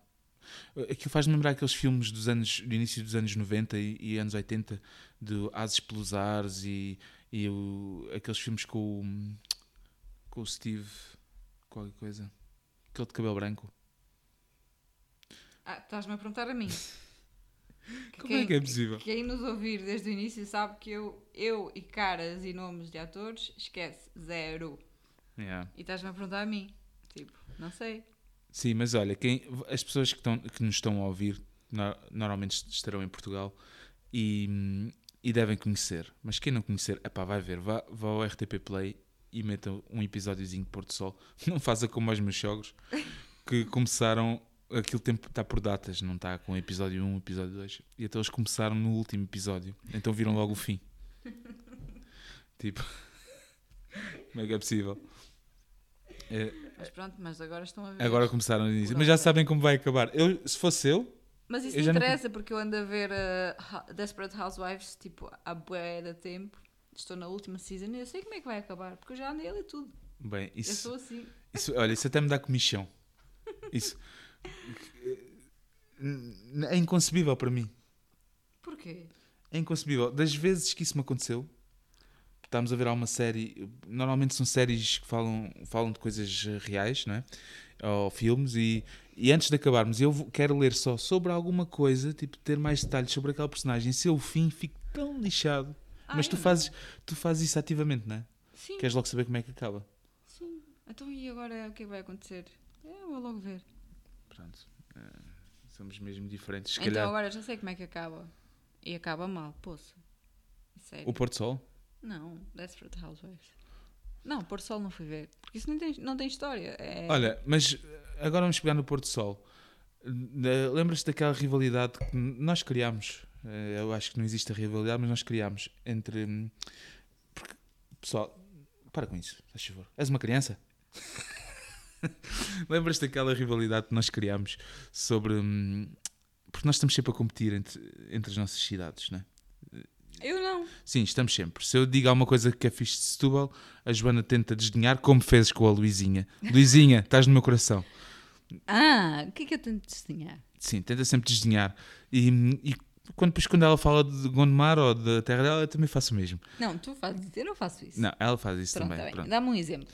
Speaker 1: Aquilo faz-me lembrar aqueles filmes dos anos, do início dos anos 90 e, e anos 80, do Ases pelos Ares e, e o- aqueles filmes com o, com o Steve. qualquer coisa. Aquele de cabelo branco.
Speaker 2: Ah, estás-me a perguntar a mim.
Speaker 1: Como é que é possível?
Speaker 2: Quem nos ouvir desde o início sabe que eu, eu e caras e nomes de atores, esquece, zero.
Speaker 1: Yeah.
Speaker 2: E estás-me a perguntar a mim. Tipo, não sei.
Speaker 1: Sim, mas olha, quem, as pessoas que, estão, que nos estão a ouvir no- normalmente estarão em Portugal e, e devem conhecer. Mas quem não conhecer, epá, vai ver, vá, vá ao RTP Play e meta um episódiozinho de Porto Sol. Não faça como os meus sogros que começaram. Aquilo tempo está por datas, não está com episódio 1, episódio 2. E então eles começaram no último episódio, então viram logo o fim. tipo, como é que é possível? É,
Speaker 2: Mas pronto, mas agora estão a ver.
Speaker 1: Agora começaram a dizer,
Speaker 2: Por
Speaker 1: mas já
Speaker 2: onde? é?
Speaker 1: sabem como vai acabar. Eu, se fosse eu,
Speaker 2: Mas isso
Speaker 1: eu
Speaker 2: não
Speaker 1: já não-
Speaker 2: interessa, porque eu ando a ver eh, Ha- Desperate Housewives, tipo, há bué da tempo. Estou na última season e eu sei como é que vai acabar, porque eu já andei a ler tudo.
Speaker 1: bem,
Speaker 2: Eu
Speaker 1: isso,
Speaker 2: sou assim.
Speaker 1: isso- olha, isso até me dá comichão. Isso é inconcebível para mim.
Speaker 2: Porquê?
Speaker 1: É inconcebível. Das vezes que isso me aconteceu, estávamos a ver alguma série. Normalmente são séries que falam, falam de coisas eh, reais, não é? ou filmes e, e antes de acabarmos eu vou- quero ler só sobre alguma coisa, tipo ter mais detalhes sobre aquela personagem. Se eu fim fico tão lixado.
Speaker 2: Ah,
Speaker 1: Mas
Speaker 2: eu
Speaker 1: tu
Speaker 2: não.
Speaker 1: fazes, tu fazes isso ativamente, não é?
Speaker 2: Sim,
Speaker 1: Queres logo saber como é que acaba.
Speaker 2: sim. Então e agora o que é que vai acontecer? Eu vou logo ver.
Speaker 1: Pronto. Eh, somos mesmo diferentes. Se
Speaker 2: então
Speaker 1: calhar
Speaker 2: agora já sei como é que acaba. E acaba mal, poça. Sério.
Speaker 1: o Porto Sol.
Speaker 2: Não, Desperate Housewives. Não, Pôr Sol não fui ver. Porque isso não tem, não tem história. É...
Speaker 1: Olha, mas eh, agora vamos pegar no Porto Sol. Eh, Lembras-te daquela rivalidade que nós criámos? Eh, Eu acho que não existe a rivalidade, mas nós criámos entre. hum, porque- pessoal, para com isso, faz favor. És uma criança? Lembras-te daquela rivalidade que nós criámos sobre. hum, Porque nós estamos sempre a competir entre, entre as nossas cidades, não é?
Speaker 2: Eu não.
Speaker 1: Sim, estamos sempre. Se eu digo alguma coisa que é fixe de Setúbal, a Joana tenta desdenhar, como fez com a Luizinha. Luizinha, estás no meu coração.
Speaker 2: Ah, o que é que eu tento desenhar?
Speaker 1: Sim, tenta sempre desdenhar. E, e quando, depois, quando ela fala de Gondomar ou da terra dela, eu também faço o mesmo.
Speaker 2: Não, tu fazes, eu não faço isso.
Speaker 1: Não, ela faz isso
Speaker 2: Pronto,
Speaker 1: também.
Speaker 2: tá bem.
Speaker 1: pronto. Eh,
Speaker 2: Dá-me um exemplo.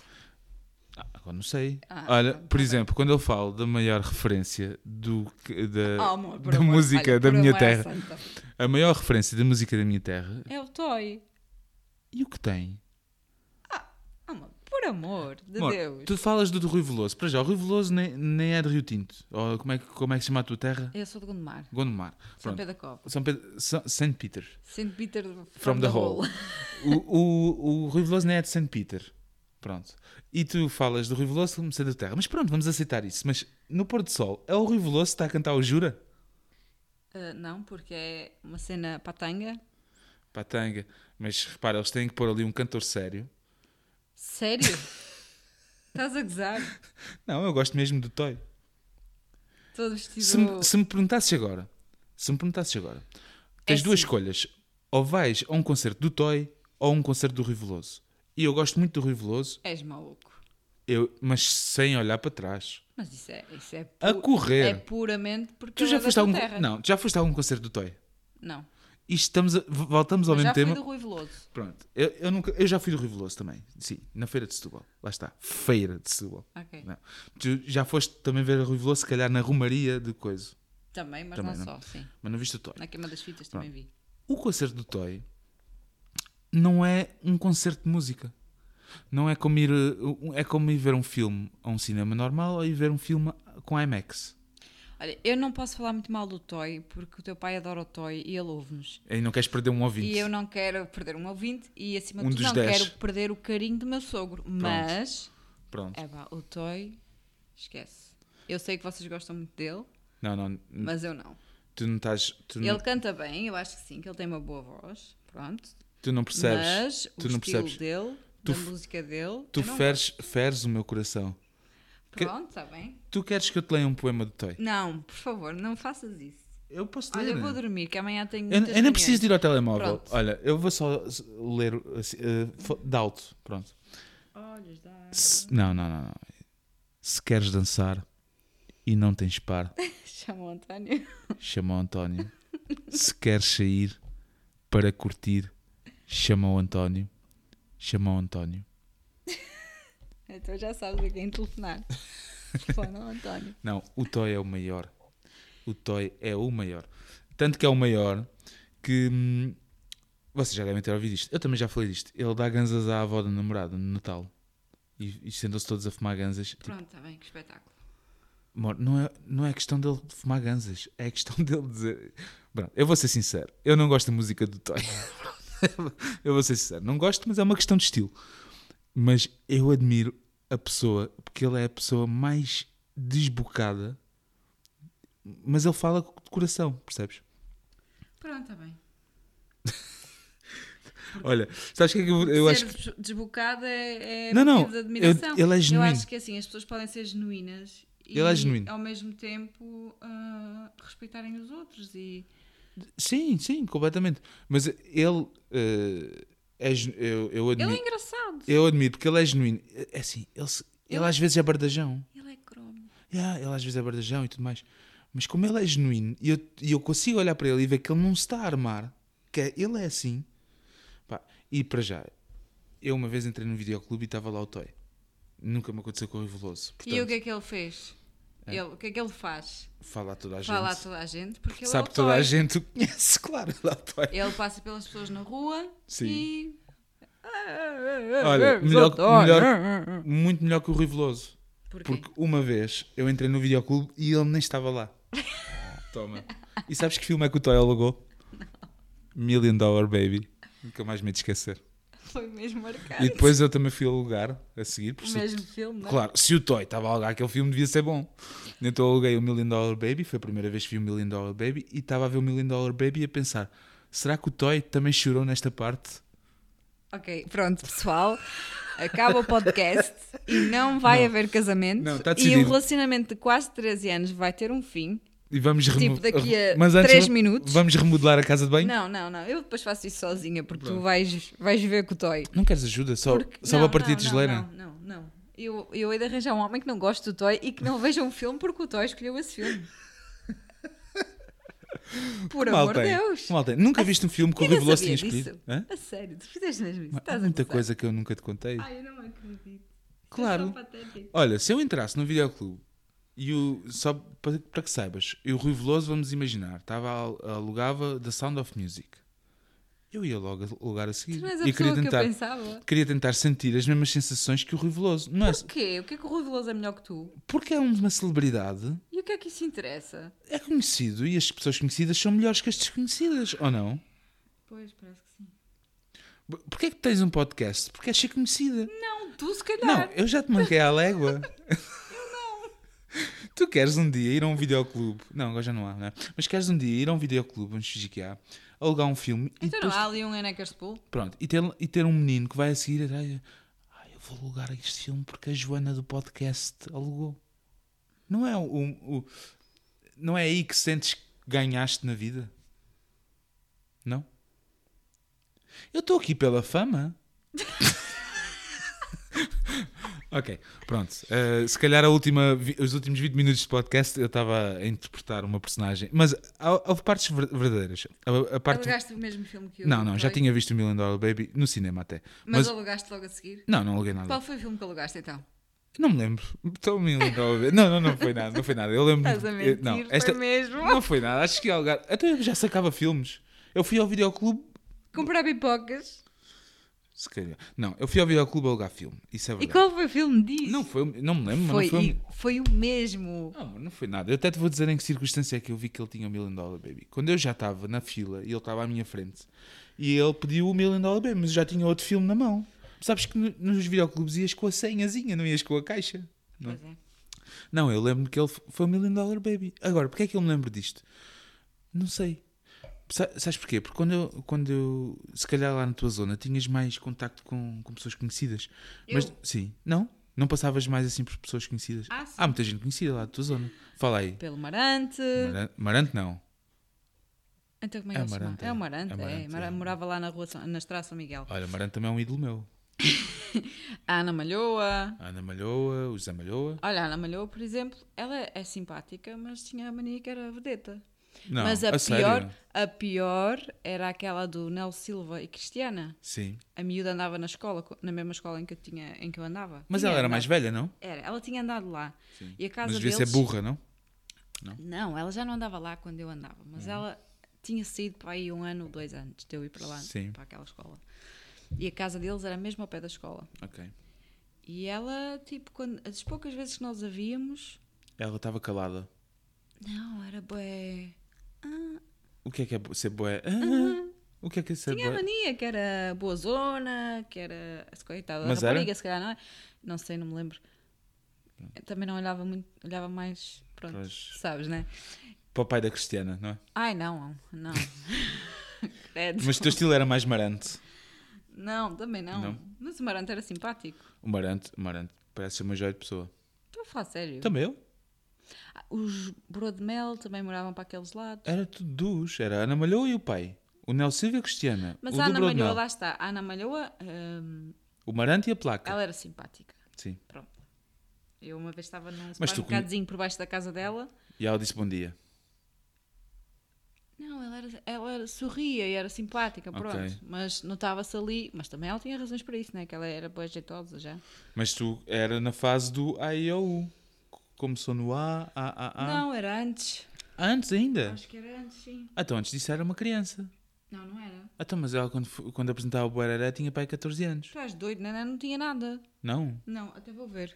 Speaker 1: Ah, agora não sei.
Speaker 2: Ah,
Speaker 1: Olha,
Speaker 2: pronto,
Speaker 1: por
Speaker 2: tá
Speaker 1: exemplo, quando eu falo da maior referência do, que- da,
Speaker 2: Oh, amor, por
Speaker 1: da
Speaker 2: amor.
Speaker 1: música
Speaker 2: Olha,
Speaker 1: da
Speaker 2: por
Speaker 1: minha
Speaker 2: amor é à
Speaker 1: terra,
Speaker 2: santa.
Speaker 1: a maior referência da música da minha terra,
Speaker 2: É o Toy.
Speaker 1: e o que tem?
Speaker 2: Ah, amor, por amor de
Speaker 1: Amor,
Speaker 2: Deus.
Speaker 1: Tu falas do, do Rui Veloso. Para já, o Rui Veloso nem, nem é de Rio Tinto. Ou como é, que- como é que se chama a tua terra?
Speaker 2: Eu sou de Gondomar.
Speaker 1: Gondomar.
Speaker 2: São
Speaker 1: Pronto.
Speaker 2: Pedro da Cova.
Speaker 1: São Pedro. São St. Peter.
Speaker 2: St. Peter from,
Speaker 1: From
Speaker 2: the
Speaker 1: the
Speaker 2: Hole.
Speaker 1: O, o, o Rui Veloso nem é de St. Peter. Pronto. E tu falas do Rui Veloso como sendo da terra. Mas pronto, vamos aceitar isso. Mas no Pôr do Sol, é o Rui Veloso que está a cantar o Jura?
Speaker 2: Ah, não, porque é uma cena patanga.
Speaker 1: Patanga. Mas repara, eles têm que pôr ali um cantor sério.
Speaker 2: Sério? Estás a gozar?
Speaker 1: Não, eu gosto mesmo do Toy.
Speaker 2: Todo vestido.
Speaker 1: Se me, se me perguntasses agora, se me perguntasses agora, tens
Speaker 2: É
Speaker 1: duas
Speaker 2: sim.
Speaker 1: escolhas. Ou vais a um concerto do Toy ou a um concerto do Rui Veloso. E eu gosto muito do Rui Veloso,
Speaker 2: És maluco.
Speaker 1: eu, mas sem olhar para trás.
Speaker 2: Mas isso é. Isso é
Speaker 1: A
Speaker 2: pu-
Speaker 1: correr.
Speaker 2: É puramente porque.
Speaker 1: Tu
Speaker 2: ele
Speaker 1: já
Speaker 2: é da
Speaker 1: foste a
Speaker 2: tua
Speaker 1: algum...
Speaker 2: terra.
Speaker 1: Não, já foste a algum concerto do Toy?
Speaker 2: Não.
Speaker 1: E estamos a- v- voltamos ao
Speaker 2: Eu já
Speaker 1: mesmo tema.
Speaker 2: fui do Rui Veloso.
Speaker 1: Pronto, eu, eu, nunca... eu já fui do Rui Veloso também. Sim, na Feira de Setúbal. Lá está. Feira de Setúbal.
Speaker 2: Ok.
Speaker 1: Não. Tu já foste também ver o Rui Veloso, se calhar na Romaria de coisa.
Speaker 2: Também, mas
Speaker 1: Também não.
Speaker 2: não, só, sim.
Speaker 1: Mas não viste o Toy.
Speaker 2: Na queima das fitas também vi.
Speaker 1: O concerto do Toy não é um concerto de música. Não é como ir, uh, é como ir ver um filme a um cinema normal ou ir ver um filme com IMAX.
Speaker 2: Olha, eu não posso falar muito mal do Toy, porque o teu pai adora o Toy e ele ouve-nos.
Speaker 1: Aí não queres perder um ouvinte.
Speaker 2: E eu não quero perder um ouvinte e, acima
Speaker 1: Um
Speaker 2: de tudo,
Speaker 1: dos
Speaker 2: não
Speaker 1: dez.
Speaker 2: quero perder o carinho do meu sogro. Mas,
Speaker 1: Pronto.
Speaker 2: é pá, o Toy, esquece. Eu sei que vocês gostam muito dele,
Speaker 1: Não, não, n-
Speaker 2: mas eu não.
Speaker 1: tu não estás. Hum. Tu, não-
Speaker 2: Ele canta bem, eu acho que sim, que ele tem uma boa voz, pronto.
Speaker 1: tu não percebes.
Speaker 2: mas
Speaker 1: tu
Speaker 2: o
Speaker 1: não
Speaker 2: estilo
Speaker 1: percebes.
Speaker 2: dele, é
Speaker 1: Tu
Speaker 2: da
Speaker 1: f-
Speaker 2: música dele,
Speaker 1: Tu
Speaker 2: eu não
Speaker 1: feres, feres o meu coração.
Speaker 2: gosto. Pronto, está bem?
Speaker 1: Tu queres que eu te leia um poema do Toy?
Speaker 2: Não, por favor, não faças isso.
Speaker 1: Eu posso
Speaker 2: Olha,
Speaker 1: ler.
Speaker 2: eu vou dormir, que amanhã tenho
Speaker 1: Eu,
Speaker 2: muitas
Speaker 1: eu nem preciso de ir ao telemóvel.
Speaker 2: Pronto.
Speaker 1: Olha, eu vou só s- ler assim, eh, fo- de alto. Pronto.
Speaker 2: reuniões. Olhos da...
Speaker 1: Se- não, não, não, não. Se queres dançar e não tens par,
Speaker 2: Chama o António.
Speaker 1: chama o António. Se queres sair para curtir, chama o António. Chama o António.
Speaker 2: Então já sabes a quem telefonar. Telefona ao António.
Speaker 1: Não, o Toy é o maior. O Toy é o maior. Tanto que é o maior que. hum, vocês já devem ter ouvido isto. Eu também já falei disto. Ele dá ganzas à avó da namorada no Natal. E, e sentam-se todos a fumar ganzas. Tipo,
Speaker 2: Pronto, está bem, que espetáculo.
Speaker 1: Amor, não é, não é questão dele fumar ganzas, é questão dele dizer. Pronto, eu vou ser sincero, eu não gosto da música do Toy. eu vou ser sincero, não gosto, mas é uma questão de estilo. Mas eu admiro a pessoa, porque ele é a pessoa mais desbocada, mas ele fala de coração, percebes?
Speaker 2: Pronto, está bem.
Speaker 1: Olha, sabes o que é que eu, eu acho
Speaker 2: ser
Speaker 1: que.
Speaker 2: des- desbocada é, é
Speaker 1: Não,
Speaker 2: motivo
Speaker 1: não,
Speaker 2: de admiração.
Speaker 1: eu- ele é genuíno.
Speaker 2: Eu acho que assim, as pessoas podem ser genuínas e
Speaker 1: Ele é genuíno.
Speaker 2: ao mesmo tempo ah, respeitarem os outros e
Speaker 1: Sim, sim, completamente. Mas ele. eh, é, genu- eu, eu
Speaker 2: ele é
Speaker 1: admiro.
Speaker 2: engraçado.
Speaker 1: Eu admiro, porque ele é genuíno. É assim, ele, se- ele às vezes é bardajão.
Speaker 2: Ele é cromo.
Speaker 1: Yeah, ele às vezes é bardajão e tudo mais. Mas como ele é genuíno e eu, e eu consigo olhar para ele e ver que ele não se está a armar, que é- ele é assim. Pá, e para já, eu uma vez entrei num videoclube e estava lá o Toy. Nunca me aconteceu com o Rui Veloso. Portanto,
Speaker 2: E o que é que ele fez? Ele- o que é que ele faz?
Speaker 1: fala a toda a
Speaker 2: Fala a
Speaker 1: gente.
Speaker 2: toda a gente, porque ele é
Speaker 1: Sabe
Speaker 2: o
Speaker 1: toda a
Speaker 2: toy.
Speaker 1: gente o conhece, claro. ele é o toy.
Speaker 2: Ele passa pelas pessoas na rua
Speaker 1: Sim.
Speaker 2: e.
Speaker 1: Olha, melhor-
Speaker 2: Zoltão.
Speaker 1: melhor- Muito melhor que o Rui Veloso.
Speaker 2: Porquê?
Speaker 1: Porque uma vez eu entrei no videoclube e ele nem estava lá. Toma. E sabes que filme é que o Toy alugou? Million Dollar Baby. Nunca mais me hei de esquecer.
Speaker 2: Foi mesmo marcado.
Speaker 1: E depois eu também fui alugar a seguir. Por
Speaker 2: O
Speaker 1: se-
Speaker 2: mesmo filme, não é?
Speaker 1: Claro, se o Toy estava a alugar aquele filme, devia ser bom. Então eu aluguei o Million Dollar Baby, foi a primeira vez que vi o Million Dollar Baby, e estava a ver o Million Dollar Baby e a pensar: será que o Toy também chorou nesta parte?
Speaker 2: Ok, pronto, pessoal. Acaba o podcast e não vai haver casamento.
Speaker 1: Não, tá
Speaker 2: e o
Speaker 1: decidido.
Speaker 2: relacionamento de quase 13 anos vai ter um fim.
Speaker 1: E vamos remo-
Speaker 2: Tipo, daqui a
Speaker 1: Mas antes,
Speaker 2: três
Speaker 1: va-
Speaker 2: minutos.
Speaker 1: Vamos remodelar a casa de banho?
Speaker 2: Não, não, não. Eu depois faço isso sozinha porque tu vais, vais ver com o Toy.
Speaker 1: Não queres ajuda? Só,
Speaker 2: Porque-
Speaker 1: só
Speaker 2: não,
Speaker 1: para partir
Speaker 2: não,
Speaker 1: de
Speaker 2: não,
Speaker 1: geleira?
Speaker 2: Não, não, não. Eu, eu hei de arranjar um homem que não gosta do Toy e que não veja um filme porque o Toy escolheu esse filme. Por
Speaker 1: Mal
Speaker 2: amor de
Speaker 1: tem.
Speaker 2: Deus.
Speaker 1: Mal tem. Nunca viste um filme que o
Speaker 2: Eu
Speaker 1: Rui
Speaker 2: não
Speaker 1: Veloso tinha
Speaker 2: sabia
Speaker 1: escolhido?
Speaker 2: disso.
Speaker 1: Hã?
Speaker 2: A sério, tu fizeste mesmo isso.
Speaker 1: Há
Speaker 2: Estás a
Speaker 1: muita
Speaker 2: gozar.
Speaker 1: coisa que eu nunca te contei.
Speaker 2: Ai, eu não acredito. é
Speaker 1: Claro. Olha, se eu entrasse no videoclube e o. Só para, para que saibas, eu Rui Veloso, vamos imaginar, estava a- alugava The Sound of Music. Eu ia logo alugar a seguir.
Speaker 2: Tu não és a
Speaker 1: e queria
Speaker 2: pessoa que eu
Speaker 1: tentar,
Speaker 2: pensava.
Speaker 1: queria tentar sentir as mesmas sensações que o Rui Veloso. Não é?
Speaker 2: Porquê? O que é que o Rui Veloso é melhor que tu?
Speaker 1: Porque é uma celebridade,
Speaker 2: E o que é que isso interessa?
Speaker 1: é conhecido e as pessoas conhecidas são melhores que as desconhecidas, ou não?
Speaker 2: Pois, parece que sim.
Speaker 1: Porquê é que tens um podcast? Porque és ser conhecida.
Speaker 2: Não, tu se
Speaker 1: Não,
Speaker 2: calhar.
Speaker 1: eu já te manquei à légua. eu não. Tu queres um dia ir a um videoclube. Não, agora já não há, não é? Mas queres um dia ir a um videoclube, vamos fingir que há, alugar um filme e
Speaker 2: Então não
Speaker 1: depois-
Speaker 2: há ali um em Neckerspool?
Speaker 1: Pronto, e ter, e ter um menino que vai a seguir atrás. e, Ah, eu vou alugar este filme porque a Joana do podcast alugou. Não é o, o- o- não é aí que sentes que ganhaste na vida? Não? Eu estou aqui pela fama. ok, pronto. Uh, se calhar a última, vi- os últimos 20 minutos de podcast eu estava a interpretar uma personagem. Mas há- houve partes ver- verdadeiras. A, a parte
Speaker 2: Alugaste o mesmo filme que eu.
Speaker 1: não, não, já
Speaker 2: Toy?
Speaker 1: tinha visto o Million Dollar Baby no cinema até.
Speaker 2: Mas,
Speaker 1: Mas,
Speaker 2: alugaste logo a seguir?
Speaker 1: não, não aluguei nada.
Speaker 2: Qual foi o filme que alugaste então?
Speaker 1: Não me lembro. Estou Million Dollar Baby. Não, não, não foi nada, não foi nada. Eu lembro.
Speaker 2: Estás a mentir,
Speaker 1: não,
Speaker 2: foi mesmo.
Speaker 1: Não foi nada. Acho que ia alugar. Até eu já sacava filmes. Eu fui ao videoclube.
Speaker 2: Comprar pipocas.
Speaker 1: Se calhar. Não, eu fui ao videoclube alugar filme. Isso é
Speaker 2: E
Speaker 1: verdade.
Speaker 2: qual foi o filme disso?
Speaker 1: Não foi, não me lembro,
Speaker 2: foi,
Speaker 1: mas não foi. um
Speaker 2: e- foi o mesmo.
Speaker 1: Não, não foi nada. Eu até te vou dizer em que circunstância é que eu vi que ele tinha o Million Dollar Baby. Quando eu já estava na fila e ele estava à minha frente e ele pediu o Million Dollar Baby, mas eu já tinha outro filme na mão. Sabes que no- nos videoclubes ias com a senhazinha, não ias com a caixa. Não,
Speaker 2: Pois é.
Speaker 1: não eu lembro-me que ele f- foi o Million Dollar Baby. Agora, porque é que eu me lembro disto? Não sei. Sa- Sabes porquê? Porque quando eu, quando eu se calhar lá na tua zona, tinhas mais contacto com, com pessoas conhecidas. Mas,
Speaker 2: Eu?
Speaker 1: sim, não? Não passavas mais assim por pessoas conhecidas?
Speaker 2: Ah, sim.
Speaker 1: Há muita gente conhecida lá da tua zona. Fala aí.
Speaker 2: Pelo Marante.
Speaker 1: Mara- Marante não.
Speaker 2: Então como é
Speaker 1: É
Speaker 2: que ele se chama?
Speaker 1: Marante,
Speaker 2: É o
Speaker 1: é.
Speaker 2: Marante.
Speaker 1: É
Speaker 2: É,
Speaker 1: Marante,
Speaker 2: Mara-
Speaker 1: é.
Speaker 2: Morava lá na rua, São- na Estrada São Miguel.
Speaker 1: Olha, Marante também é um ídolo meu.
Speaker 2: A Ana Malhoa.
Speaker 1: A Ana Malhoa, o Zé Malhoa.
Speaker 2: Olha, a Ana Malhoa, por exemplo, ela é simpática, mas tinha a mania que era vedeta.
Speaker 1: Não,
Speaker 2: mas a,
Speaker 1: a
Speaker 2: pior,
Speaker 1: sério?
Speaker 2: a pior era aquela do Nel Silva e Cristiana.
Speaker 1: Sim.
Speaker 2: A miúda andava na escola, co- na mesma escola em que eu, tinha, em que eu andava.
Speaker 1: Mas
Speaker 2: Tinha
Speaker 1: ela era mais
Speaker 2: andado.
Speaker 1: velha, não?
Speaker 2: Era, ela tinha andado lá. E a casa
Speaker 1: Mas devia
Speaker 2: deles...
Speaker 1: ser burra, não?
Speaker 2: Não, ela já não andava lá quando eu andava,
Speaker 1: Uhum.
Speaker 2: mas ela tinha saído para aí um ano ou dois anos de eu ir para lá,
Speaker 1: Sim.
Speaker 2: para aquela escola. E a casa deles era mesmo ao pé da escola.
Speaker 1: Ok.
Speaker 2: E ela, tipo, quando, as poucas vezes que nós a víamos,
Speaker 1: Ela estava calada.
Speaker 2: Não, era bué.
Speaker 1: O que é que é bo- ser boé? Ah, O que é que é ser
Speaker 2: Tinha a
Speaker 1: boé?
Speaker 2: mania que era boa zona, que era. se Coitada da
Speaker 1: Mas
Speaker 2: rapariga,
Speaker 1: era?
Speaker 2: se calhar não é. Não sei, não me lembro. Eu também não olhava muito, olhava mais. Pronto,
Speaker 1: Pois.
Speaker 2: sabes, né?
Speaker 1: Papai da Cristiana, não é?
Speaker 2: Ai, não, não. Credo.
Speaker 1: Mas o teu estilo era mais marante.
Speaker 2: Não, também não.
Speaker 1: Não?
Speaker 2: Mas o Marante era simpático.
Speaker 1: O marante, o marante, parece ser uma joia de pessoa.
Speaker 2: Estou a falar sério.
Speaker 1: Também eu?
Speaker 2: Ah, Os Brodmel também moravam para aqueles lados.
Speaker 1: Era tudo dos. Era a Ana Malhoa e o pai. O Nel Silva e a Cristiana.
Speaker 2: Mas
Speaker 1: o
Speaker 2: a
Speaker 1: do
Speaker 2: Ana
Speaker 1: Brode
Speaker 2: Malhoa,
Speaker 1: Mel.
Speaker 2: lá está. A Ana Malhoa, hum,
Speaker 1: O marante e a placa.
Speaker 2: ela era simpática.
Speaker 1: Sim.
Speaker 2: Pronto. Eu uma vez estava num
Speaker 1: Mas tu
Speaker 2: supermercadozinho por baixo da casa dela.
Speaker 1: E ela disse bom dia.
Speaker 2: Não, ela, era, ela era- sorria e era simpática,
Speaker 1: Ok.
Speaker 2: pronto. Mas notava-se ali. Mas também ela tinha razões para isso, né? Que ela era boa jeitosa já.
Speaker 1: Mas tu era na fase do A, I, O, U. Começou no A, A, A, A.
Speaker 2: Não, era antes.
Speaker 1: Antes ainda?
Speaker 2: Acho que era antes, sim.
Speaker 1: Ah, Então, antes disso era uma criança.
Speaker 2: Não, não era.
Speaker 1: Ah, Então, mas ela quando, fo- quando apresentava o Boeraré tinha pai 14 anos.
Speaker 2: Tu és doido, né? Não tinha nada.
Speaker 1: Não?
Speaker 2: Não, até vou ver.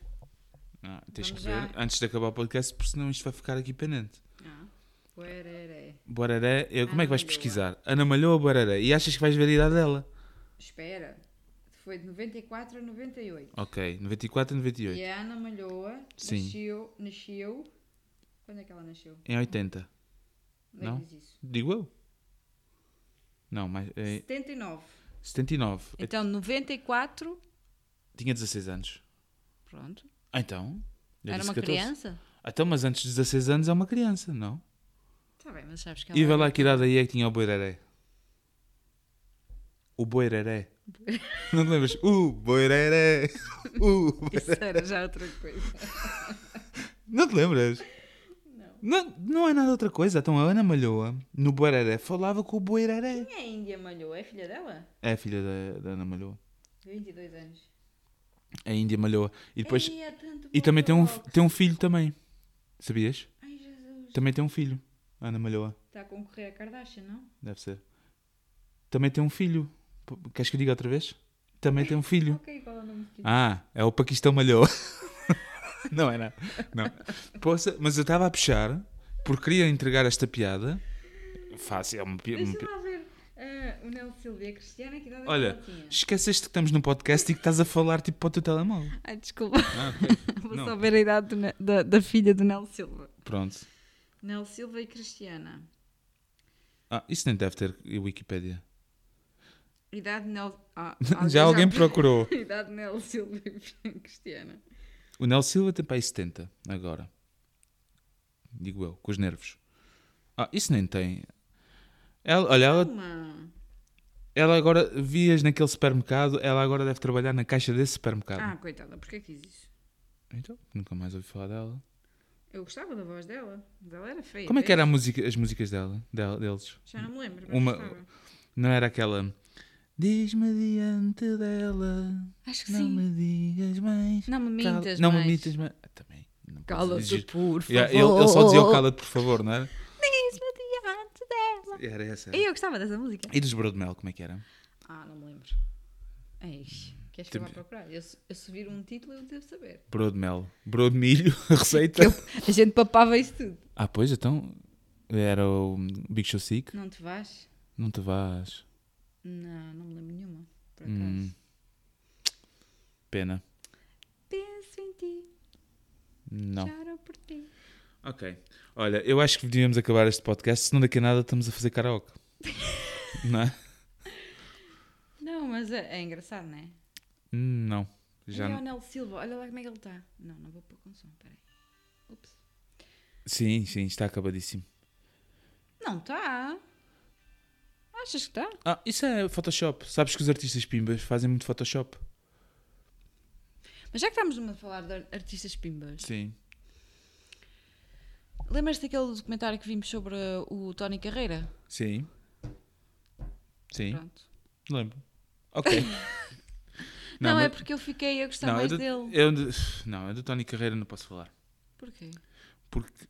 Speaker 1: Ah, tens
Speaker 2: Vamos
Speaker 1: que ver
Speaker 2: já.
Speaker 1: antes de acabar o podcast, porque senão isto vai ficar aqui pendente.
Speaker 2: Ah, puerere.
Speaker 1: Boraré, eu- como é que vais
Speaker 2: Malhoa.
Speaker 1: pesquisar? Ana Malhoa Boraré. E achas que vais ver a idade dela?
Speaker 2: Espera. Foi de 94 a 98.
Speaker 1: Ok, 94 e 98.
Speaker 2: E a Ana Malhoa
Speaker 1: Sim.
Speaker 2: nasceu, nasceu. Quando é que ela nasceu?
Speaker 1: Em 80.
Speaker 2: Onde é
Speaker 1: Não?
Speaker 2: que diz isso?
Speaker 1: Digo eu. Não, mas. É,
Speaker 2: 79.
Speaker 1: 79. Eu
Speaker 2: Então, 94.
Speaker 1: tinha 16 anos.
Speaker 2: Pronto.
Speaker 1: Ah, então. já
Speaker 2: era
Speaker 1: disse
Speaker 2: uma
Speaker 1: 14.
Speaker 2: criança?
Speaker 1: Ah, Então, mas antes de 16 anos é uma criança, não?
Speaker 2: Tá bem, mas sabes que ela.
Speaker 1: E vê lá que idade aí é que tinha o Boiraré. O Boiraré. Não te lembras? O Boiraré. O Boiraré.
Speaker 2: Isso era já outra coisa.
Speaker 1: Não te lembras? Não. não. é nada outra coisa. Então a Ana Malhoa, no Boiraré, falava com o Boiraré.
Speaker 2: Quem é a Índia Malhoa? É filha dela?
Speaker 1: É a filha da, da Ana Malhoa.
Speaker 2: 22 anos.
Speaker 1: A Índia Malhoa. E depois.
Speaker 2: Ei, é tanto
Speaker 1: E também tem um,
Speaker 2: botox.
Speaker 1: tem um filho também. Sabias?
Speaker 2: Ai, Jesus.
Speaker 1: Também tem um filho. a Ana Malhoa,
Speaker 2: Está a concorrer a Kardashian, não?
Speaker 1: deve ser. Também tem um filho. P- Queres que eu diga outra vez? Também tem um filho.
Speaker 2: Ok, qual é o nome do filho?
Speaker 1: Ah, é o Paquistão Malhoa. Não é nada. Não. Poça, mas eu estava a puxar porque queria entregar esta piada. Fácil, é uma, pi- uma pi-
Speaker 2: Deixa lá ver. Ah, o Nel Silvia Cristiana, que idade é que
Speaker 1: Olha,
Speaker 2: ela tinha?
Speaker 1: esqueceste que estamos num podcast e que estás a falar tipo para o teu telemóvel.
Speaker 2: Ai, desculpa.
Speaker 1: Ah,
Speaker 2: Vou
Speaker 1: Não.
Speaker 2: só ver a idade do Ne- da, da filha do Nel Silva.
Speaker 1: Pronto.
Speaker 2: Nel Silva e Cristiana.
Speaker 1: Ah, isso nem deve ter Wikipédia.
Speaker 2: Idade de Nel. Ah,
Speaker 1: Já alguém procurou.
Speaker 2: idade de Nel Silva e Cristiana.
Speaker 1: O Nel Silva tem para aí 70 agora. Digo eu, com os nervos. Ah, isso nem tem. Ela, olha, ela,
Speaker 2: Uma.
Speaker 1: ela agora, vias naquele supermercado, ela agora deve trabalhar na caixa desse supermercado.
Speaker 2: Ah, coitada, porquê que fiz isso?
Speaker 1: Então, nunca mais ouvi falar dela.
Speaker 2: Eu gostava da voz dela, mas ela era feia.
Speaker 1: Como é que era a
Speaker 2: bem?
Speaker 1: música, as músicas dela, dela- deles?
Speaker 2: Já não me lembro. Mas
Speaker 1: Uma-
Speaker 2: gostava.
Speaker 1: Não era aquela. Diz-me diante dela,
Speaker 2: Acho que
Speaker 1: não
Speaker 2: sim.
Speaker 1: me digas mais.
Speaker 2: Não me
Speaker 1: Cala-
Speaker 2: mintas
Speaker 1: Não
Speaker 2: mais.
Speaker 1: me mintas mais. Ah, Também. não posso
Speaker 2: Cala-te,
Speaker 1: exigir.
Speaker 2: por favor.
Speaker 1: Yeah, ele, ele só dizia o cala-te, por favor, não era?
Speaker 2: Diz-me diante dela.
Speaker 1: Era essa.
Speaker 2: E eu gostava dessa música.
Speaker 1: E dos Bro de Mel, como é que era?
Speaker 2: Ah, não me lembro. Eis, queres que eu vá
Speaker 1: Tipo-
Speaker 2: procurar? Eu, se- eu se vir um título, eu devo saber.
Speaker 1: Bro de Mel. Bro de milho, a receita.
Speaker 2: A gente papava isso tudo.
Speaker 1: Ah, pois, então. Era o Big Show Sick.
Speaker 2: Não te vais?
Speaker 1: Não te vás.
Speaker 2: Não, não me lembro nenhuma, por acaso.
Speaker 1: Hum. Pena.
Speaker 2: Penso em ti,
Speaker 1: Não.
Speaker 2: choro por ti.
Speaker 1: Ok. Olha, eu acho que devíamos acabar este podcast, senão daqui a nada estamos a fazer karaoke. não é?
Speaker 2: Não, mas é, é engraçado, não é?
Speaker 1: Hum, Não. Já
Speaker 2: Já é
Speaker 1: não.
Speaker 2: o Nel Silva, olha lá como é que ele está. Não, não vou pôr com som, peraí. Ups.
Speaker 1: Sim, sim, está acabadíssimo.
Speaker 2: Não está. Achas que tá? está?
Speaker 1: Ah, isso é Photoshop. Sabes que os artistas pimbas fazem muito Photoshop?
Speaker 2: Mas já que estamos numa de falar de ar- artistas pimbas,
Speaker 1: Sim.
Speaker 2: lembras-te daquele documentário que vimos sobre uh, o Tony Carreira?
Speaker 1: Sim. Sim,
Speaker 2: Pronto.
Speaker 1: lembro. Ok.
Speaker 2: Não, é
Speaker 1: mas-
Speaker 2: porque eu fiquei a gostar
Speaker 1: não, eu
Speaker 2: mais
Speaker 1: do,
Speaker 2: dele.
Speaker 1: eu do- não, eu do Tony Carreira não posso falar.
Speaker 2: Porquê?
Speaker 1: Porque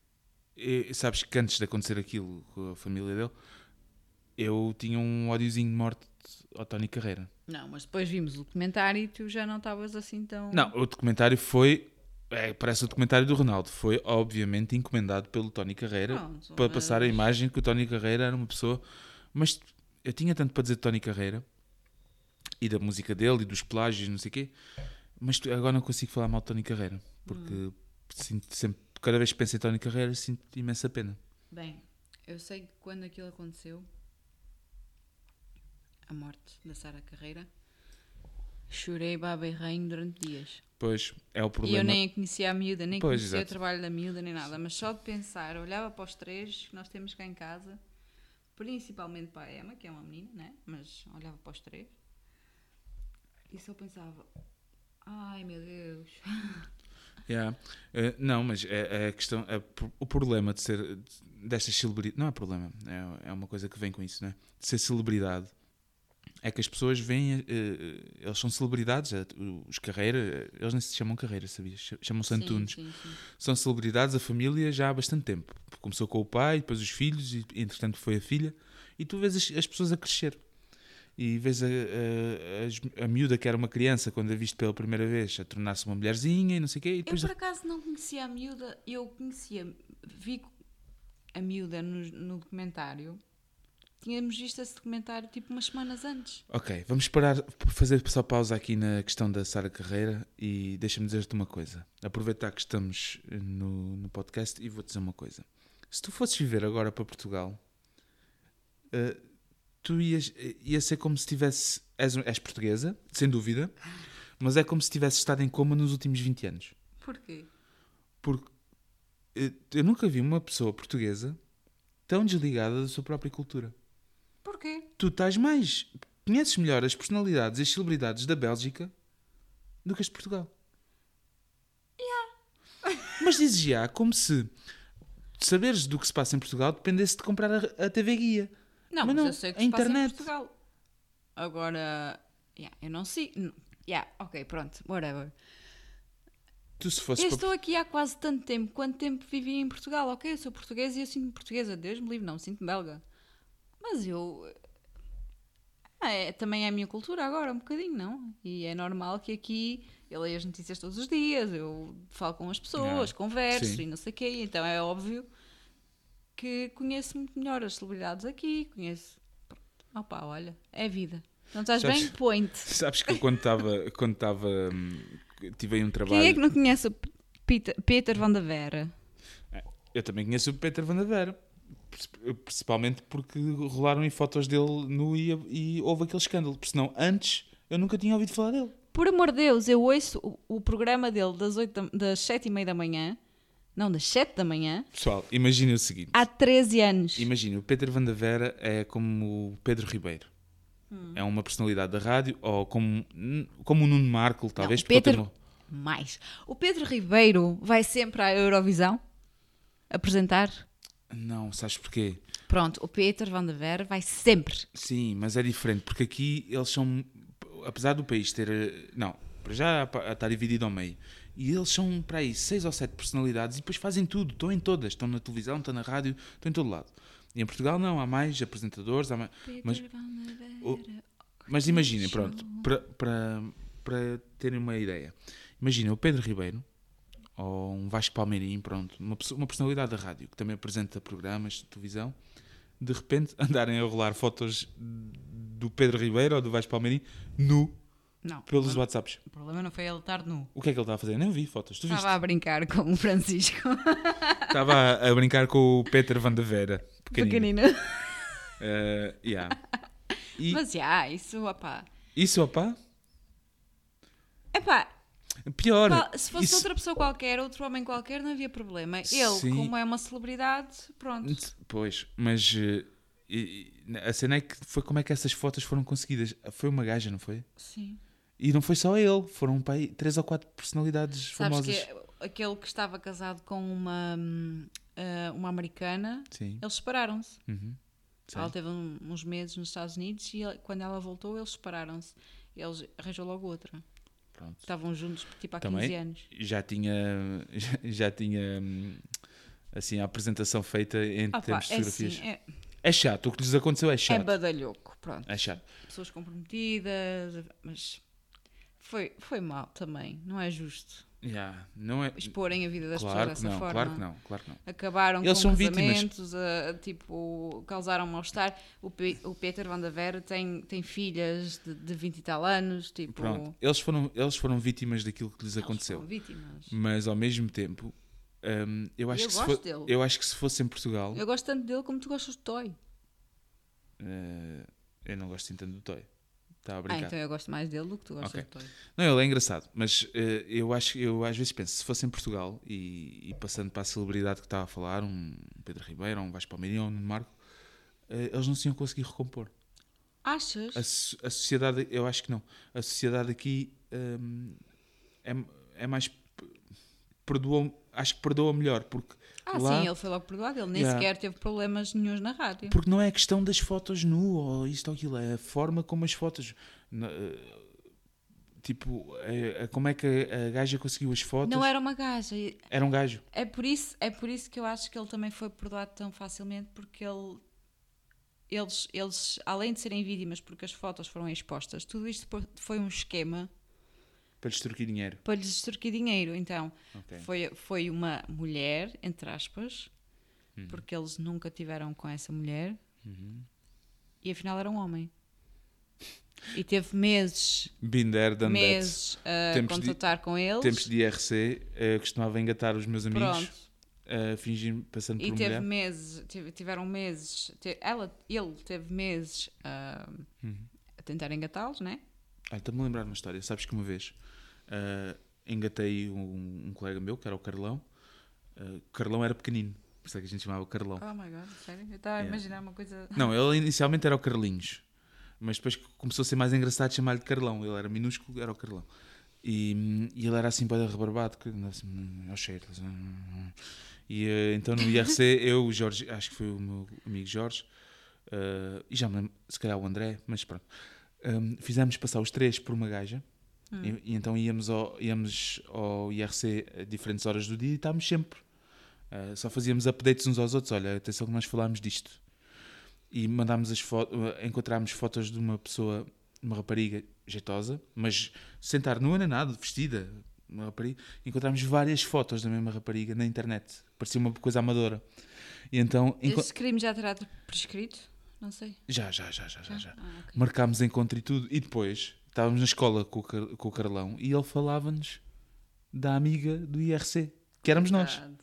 Speaker 1: eh, sabes que antes de acontecer aquilo com a família dele, eu tinha um ódiozinho de morte ao Tony Carreira.
Speaker 2: Não, mas depois vimos o documentário e tu já não estavas assim tão.
Speaker 1: Não, o documentário foi. é, parece o documentário do Ronaldo. Foi, obviamente, encomendado pelo Tony Carreira
Speaker 2: Pronto,
Speaker 1: para
Speaker 2: mas-
Speaker 1: passar a imagem que o Tony Carreira era uma pessoa. Mas eu tinha tanto para dizer de Tony Carreira e da música dele e dos plágios, não sei o quê. Mas tu- agora não consigo falar mal de Tony Carreira porque
Speaker 2: Hum.
Speaker 1: sinto sempre, cada vez que penso em Tony Carreira, sinto imensa pena.
Speaker 2: Bem, eu sei que quando aquilo aconteceu, a morte da Sara Carreira, chorei babei rainho durante dias.
Speaker 1: Pois é o problema.
Speaker 2: E eu nem a conhecia a miúda, nem
Speaker 1: Pois,
Speaker 2: conhecia
Speaker 1: exato.
Speaker 2: o trabalho da miúda, nem nada. Mas só de pensar, eu olhava para os três que nós temos cá em casa, principalmente para a Emma, que é uma menina, né? Mas olhava para os três e só pensava: ai meu Deus,
Speaker 1: Yeah. Eh, não, mas a, a questão, a pro- o problema de ser destas celebridades, não é problema, é, é uma coisa que vem com isso, não é? De ser celebridade é que as pessoas veem, eh, eles são celebridades, eh, os carreira, eles nem se chamam carreira, sabias? Chamam-se
Speaker 2: Sim,
Speaker 1: Antunes.
Speaker 2: sim, sim.
Speaker 1: São celebridades, a família já há bastante tempo. Começou com o pai, depois os filhos, e entretanto foi a filha. E tu vês as, as pessoas a crescer. E vês a, a- as- a miúda que era uma criança, quando a viste pela primeira vez, a tornar-se uma mulherzinha e não sei o quê. E
Speaker 2: Eu
Speaker 1: depois
Speaker 2: por acaso não conhecia a miúda, eu conhecia, vi a miúda no, no documentário. Tínhamos visto esse documentário tipo umas semanas antes.
Speaker 1: Ok, vamos parar, fazer só pausa aqui na questão da Sara Carreira e deixa-me dizer-te uma coisa. Aproveitar que estamos eh, no, no podcast e vou dizer uma coisa. Se tu fosses viver agora para Portugal, eh, tu ias, eh, ia ser como se tivesse. És, és portuguesa, sem dúvida, mas é como se tivesse estado em coma nos últimos 20 anos.
Speaker 2: Porquê?
Speaker 1: Porque eh, eu nunca vi uma pessoa portuguesa tão desligada da sua própria cultura
Speaker 2: Porquê?
Speaker 1: tu estás mais. Conheces melhor as personalidades e as celebridades da Bélgica do que as de Portugal. Mas dizes já como se saberes do que se passa em Portugal dependesse de comprar a, a TV Guia.
Speaker 2: Não,
Speaker 1: Mas
Speaker 2: mas,
Speaker 1: não,
Speaker 2: eu sei o que
Speaker 1: a
Speaker 2: se passa em
Speaker 1: internet.
Speaker 2: Portugal. Agora, yeah, eu não sei. n- Yeah, ok, pronto, whatever.
Speaker 1: Tu se fosses
Speaker 2: Eu
Speaker 1: para-
Speaker 2: estou aqui há quase tanto tempo. Quanto tempo vivi em Portugal? Ok, eu sou portuguesa e eu sinto-me portuguesa. Deus me livre, não me sinto belga. Mas eu. Ah, é- também é a minha cultura agora, um bocadinho, não? E é normal que aqui eu leio as notícias todos os dias, eu falo com as pessoas,
Speaker 1: Ah,
Speaker 2: converso
Speaker 1: sim.
Speaker 2: e não sei o quê. Então é óbvio que conheço muito melhor as celebridades aqui, conheço. Opa, olha, é vida. Não estás
Speaker 1: Sabes-
Speaker 2: bem? Point.
Speaker 1: Sabes que eu quando estava. quando estava. hum, Tive aí um trabalho.
Speaker 2: Quem é que não conhece o P- Peter, Peter Van da Vera?
Speaker 1: Eu também conheço o Peter Van der Veer, Pris- Principalmente porque rolaram em fotos dele nu e, e houve aquele escândalo. Porque senão antes eu nunca tinha ouvido falar dele.
Speaker 2: Por amor de Deus, eu ouço o, o programa dele das, oito da- das 7 e meia da manhã, não, das 7 da manhã,
Speaker 1: Pessoal, imaginem o seguinte.
Speaker 2: há 13 anos.
Speaker 1: Imagina, o Pedro Vandavera é como o Pedro Ribeiro.
Speaker 2: Hum.
Speaker 1: É uma personalidade da rádio, ou como, como o Nuno Marco, talvez.
Speaker 2: o
Speaker 1: porque ele
Speaker 2: Pedro-
Speaker 1: tem uma-
Speaker 2: Mais. O Pedro Ribeiro vai sempre à Eurovisão apresentar.
Speaker 1: Não, sabes porquê?
Speaker 2: Pronto, o Peter Van der Ver vai sempre.
Speaker 1: Sim, mas é diferente, porque aqui eles são... Apesar do país ter... eh, Não, para já pa- está dividido ao meio. E eles são, para aí, seis ou sete personalidades e depois fazem tudo. Estão em todas. Estão na televisão, estão na rádio, estão em todo lado. E em Portugal não, há mais apresentadores, há mais... Mas-
Speaker 2: Van der Ver.
Speaker 1: O- Mas imaginem, pronto, para- para para terem uma ideia. Imagina o Pedro Ribeiro, ou um Vasco Palmeirim, pronto, uma, pessoa- uma personalidade da rádio, que também apresenta programas de televisão, de repente andarem a rolar fotos do Pedro Ribeiro ou do Vasco Palmeirim nu
Speaker 2: Não,
Speaker 1: pelos
Speaker 2: o
Speaker 1: WhatsApps.
Speaker 2: problema não foi ele estar nu.
Speaker 1: O que é que ele estava a fazer? Nem vi fotos, tu viste?
Speaker 2: Estava a brincar com o
Speaker 1: Um
Speaker 2: Francisco,
Speaker 1: Estava a, a brincar com o Peter Van de Vera, pequenino.
Speaker 2: pequenino.
Speaker 1: Eh, yeah. E
Speaker 2: Mas já, isso, opá.
Speaker 1: isso, opá,
Speaker 2: Epá,
Speaker 1: pior.
Speaker 2: Qual- se fosse
Speaker 1: isso-
Speaker 2: outra pessoa qualquer, outro homem qualquer, não havia problema. Ele,
Speaker 1: Sim.
Speaker 2: como é uma celebridade, pronto.
Speaker 1: Pois, mas eh, e- e- a cena é que foi como é que essas fotos foram conseguidas. Foi uma gaja, não foi?
Speaker 2: Sim.
Speaker 1: E não foi só ele, foram para aí três ou quatro personalidades
Speaker 2: Sabes
Speaker 1: famosas.
Speaker 2: que é aquele que estava casado com uma, hum, ah, uma americana,
Speaker 1: Sim.
Speaker 2: eles separaram-se.
Speaker 1: Uhum. Sim.
Speaker 2: Ela teve um- uns meses nos Estados Unidos e ele- quando ela voltou, eles separaram-se. Eles arranjou logo outra.
Speaker 1: Pronto.
Speaker 2: Estavam juntos tipo há
Speaker 1: Também.
Speaker 2: 15 anos.
Speaker 1: Já tinha, já, já tinha hum, assim a apresentação feita em
Speaker 2: Ah, pá,
Speaker 1: termos de
Speaker 2: é
Speaker 1: fotografias.
Speaker 2: assim, é,
Speaker 1: É chato, o que lhes aconteceu é
Speaker 2: é
Speaker 1: chato.
Speaker 2: badalhoco, pronto.
Speaker 1: É chato.
Speaker 2: Pessoas comprometidas, mas foi, foi mal também, não é justo.
Speaker 1: Yeah, Não é...
Speaker 2: exporem a vida das
Speaker 1: Claro
Speaker 2: pessoas
Speaker 1: que
Speaker 2: dessa
Speaker 1: não,
Speaker 2: forma.
Speaker 1: claro que não, claro que não.
Speaker 2: Acabaram
Speaker 1: Eles
Speaker 2: com
Speaker 1: são vítimas.
Speaker 2: casamentos, a- a, tipo, causaram mal-estar. O, Pe- o Peter Van der Vera tem, tem filhas de, de 20 e tal anos, tipo,
Speaker 1: Pronto, eles foram, eles foram vítimas daquilo que lhes
Speaker 2: eles
Speaker 1: aconteceu.
Speaker 2: foram vítimas.
Speaker 1: mas ao mesmo tempo hum, eu, acho
Speaker 2: Eu
Speaker 1: que se
Speaker 2: gosto
Speaker 1: fo-
Speaker 2: dele.
Speaker 1: eu acho que se fosse em Portugal
Speaker 2: Eu gosto tanto dele como tu gostas de Toy. Ah,
Speaker 1: eh, eu não gosto assim tanto do Toy está a
Speaker 2: Ah,
Speaker 1: brincar
Speaker 2: então eu gosto mais dele do que tu gostas
Speaker 1: Ok.
Speaker 2: de Toy.
Speaker 1: não ele é engraçado mas eh, eu acho eu às vezes penso se fosse em Portugal e, e passando para a celebridade que estava a falar um Pedro Ribeiro ou um Vasco Palmeirinho ou um Nuno Marco eh, eles não se iam conseguir recompor
Speaker 2: Achas?
Speaker 1: a, so- a sociedade eu eh, acho que não a sociedade aqui hum, é, é mais p- perdoou, acho que perdoa melhor, porque
Speaker 2: Ah,
Speaker 1: lá,
Speaker 2: sim, ele foi logo perdoado. Ele nem
Speaker 1: Yeah.
Speaker 2: sequer teve problemas nenhums na rádio.
Speaker 1: porque não é a questão das fotos nu ou isto ou aquilo, é a forma como as fotos. na- eh, Tipo, eh, eh, como é que a, a gaja conseguiu as fotos?
Speaker 2: Não é era uma gaja. e-
Speaker 1: Era um gajo.
Speaker 2: É por, isso, é por isso que eu acho que ele também foi perdoado tão facilmente, porque ele. Eles, eles, além de serem vítimas porque as fotos foram expostas, tudo isto por- foi um esquema
Speaker 1: Para lhe extorquir dinheiro.
Speaker 2: para lhes extorquir dinheiro. Então,
Speaker 1: Ok.
Speaker 2: foi, foi uma mulher, entre aspas,
Speaker 1: Uhum.
Speaker 2: porque eles nunca tiveram com essa mulher, e afinal era um homem. E teve meses,
Speaker 1: Been there, done that.
Speaker 2: meses a
Speaker 1: Tempos de-
Speaker 2: contatar com eles.
Speaker 1: Tempos de IRC, eh, costumava engatar os meus amigos,
Speaker 2: Pronto.
Speaker 1: eh, fingir passando
Speaker 2: E
Speaker 1: por
Speaker 2: teve
Speaker 1: mulher.
Speaker 2: meses, tive- tiveram meses, te- ela, ele teve meses ah,
Speaker 1: Uhum.
Speaker 2: a tentar engatá-los, né?
Speaker 1: Ah, Estou-me a lembrar de uma história. Sabes que uma vez ah, engatei um, um colega meu, que era o Carlão. Ah, o Carlão era pequenino, por isso é que a gente chamava Carlão.
Speaker 2: Oh my god, sério? Eu estava a imaginar uma coisa.
Speaker 1: Não, ele inicialmente era o Carlinhos, mas depois que começou a ser mais engraçado chamar-lhe Carlão. Ele era minúsculo, era o Carlão. E, e ele era assim, para rebarbado, que andava assim, hum, aos cheiros. hum. E ah, então no IRC, eu, o Jorge, acho que foi o meu amigo Jorge, ah, e já me lembro, se calhar o André, mas pronto. Hum, fizemos passar os três por uma gaja. E, e então íamos ao, íamos ao IRC a diferentes horas do dia e estávamos sempre. Ah, só fazíamos updates uns aos outros. Olha, atenção que nós falámos disto. E mandámos as fotos, encontrámos fotos de uma pessoa, uma rapariga jeitosa, mas sem estar nua nem nada, vestida. Uma rapariga. Encontrámos várias fotos da mesma rapariga na internet. Parecia uma coisa amadora. E então. enco-
Speaker 2: Este crime já terá prescrito? Não sei.
Speaker 1: Já, já, já, já, já. já.
Speaker 2: Ah, ok.
Speaker 1: Marcámos encontro e tudo. E depois estávamos na escola com o, Car- com o Carlão e ele falava-nos da amiga do IRC, que éramos nós.
Speaker 2: Verdade.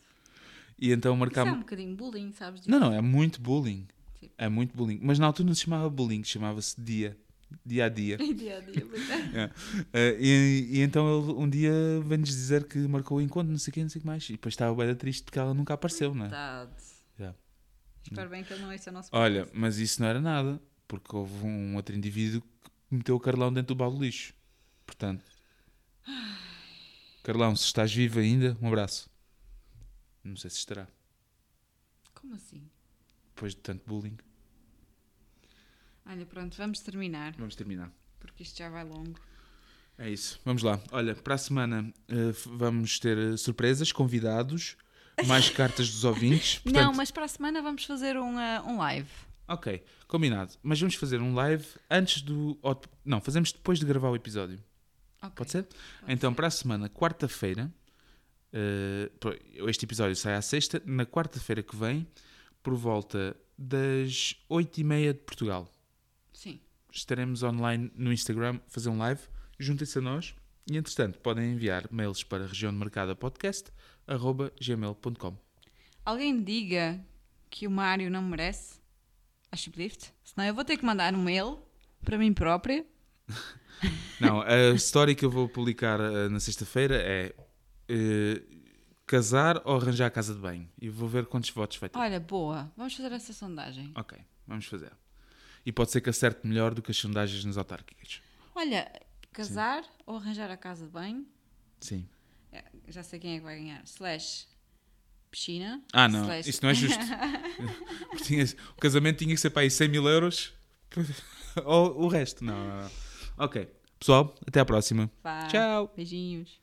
Speaker 1: E então
Speaker 2: Ah. Isso é um
Speaker 1: marcámos.
Speaker 2: bocadinho bullying, sabes? disso?
Speaker 1: Não, não, é muito bullying.
Speaker 2: Tipo.
Speaker 1: É muito bullying. Mas na altura não se chamava bullying, chamava-se dia. Dia a dia.
Speaker 2: Dia a dia, pois é.
Speaker 1: Eh, e, e então ele um dia vem-nos dizer que marcou o encontro, não sei o que, não sei o que mais. E depois estava bem triste porque ela nunca apareceu, não é?
Speaker 2: Verdade.
Speaker 1: Já.
Speaker 2: Espero bem que ele não este é o nosso
Speaker 1: Olha, mas isso não era nada, porque houve um outro indivíduo que meteu o Carlão dentro do balde de lixo. Portanto, Carlão, se estás vivo ainda, um abraço. Não sei se estará,
Speaker 2: Como assim?
Speaker 1: depois de tanto bullying.
Speaker 2: Olha, pronto, vamos terminar,
Speaker 1: Vamos terminar.
Speaker 2: porque isto já vai longo.
Speaker 1: É isso, vamos lá. Olha, para a semana eh, f- vamos ter eh, surpresas, convidados, mais cartas dos ouvintes.
Speaker 2: não,
Speaker 1: Portanto,
Speaker 2: mas para a semana vamos fazer um, ah, um live.
Speaker 1: Ok, combinado. Mas vamos fazer um live antes do. ou de- Não, fazemos depois de gravar o episódio.
Speaker 2: Ok.
Speaker 1: Pode ser? então, para a semana, quarta-feira. eh, pô, este episódio sai à sexta. Na quarta-feira que vem, por volta das 8h30 de Portugal,
Speaker 2: Sim.
Speaker 1: estaremos online no Instagram a fazer um live. Juntem-se a nós. E, entretanto, podem enviar mails para região de marcada podcast, arroba gmail.com.
Speaker 2: Alguém diga que o Mário não merece a shoplift, senão eu vou ter que mandar um mail para mim própria.
Speaker 1: Não, a história que eu vou publicar eh, na sexta-feira é eh, casar ou arranjar a casa de banho. E vou ver quantos votos vai ter.
Speaker 2: Olha, boa, vamos fazer essa sondagem.
Speaker 1: Ok, vamos fazer. E pode ser que acerte melhor do que as sondagens nas autárquicas.
Speaker 2: Olha, casar ou arranjar a casa de banho,
Speaker 1: Sim.
Speaker 2: É, já sei quem é que vai ganhar, slash piscina.
Speaker 1: Ah, não,
Speaker 2: slash-
Speaker 1: isso não é justo. Porque tinha- o casamento tinha que ser para aí 100 mil euros ou o resto. Não, não, não. Ok,
Speaker 2: Tá.
Speaker 1: pessoal, até à próxima.
Speaker 2: Vá.
Speaker 1: Tchau.
Speaker 2: Beijinhos.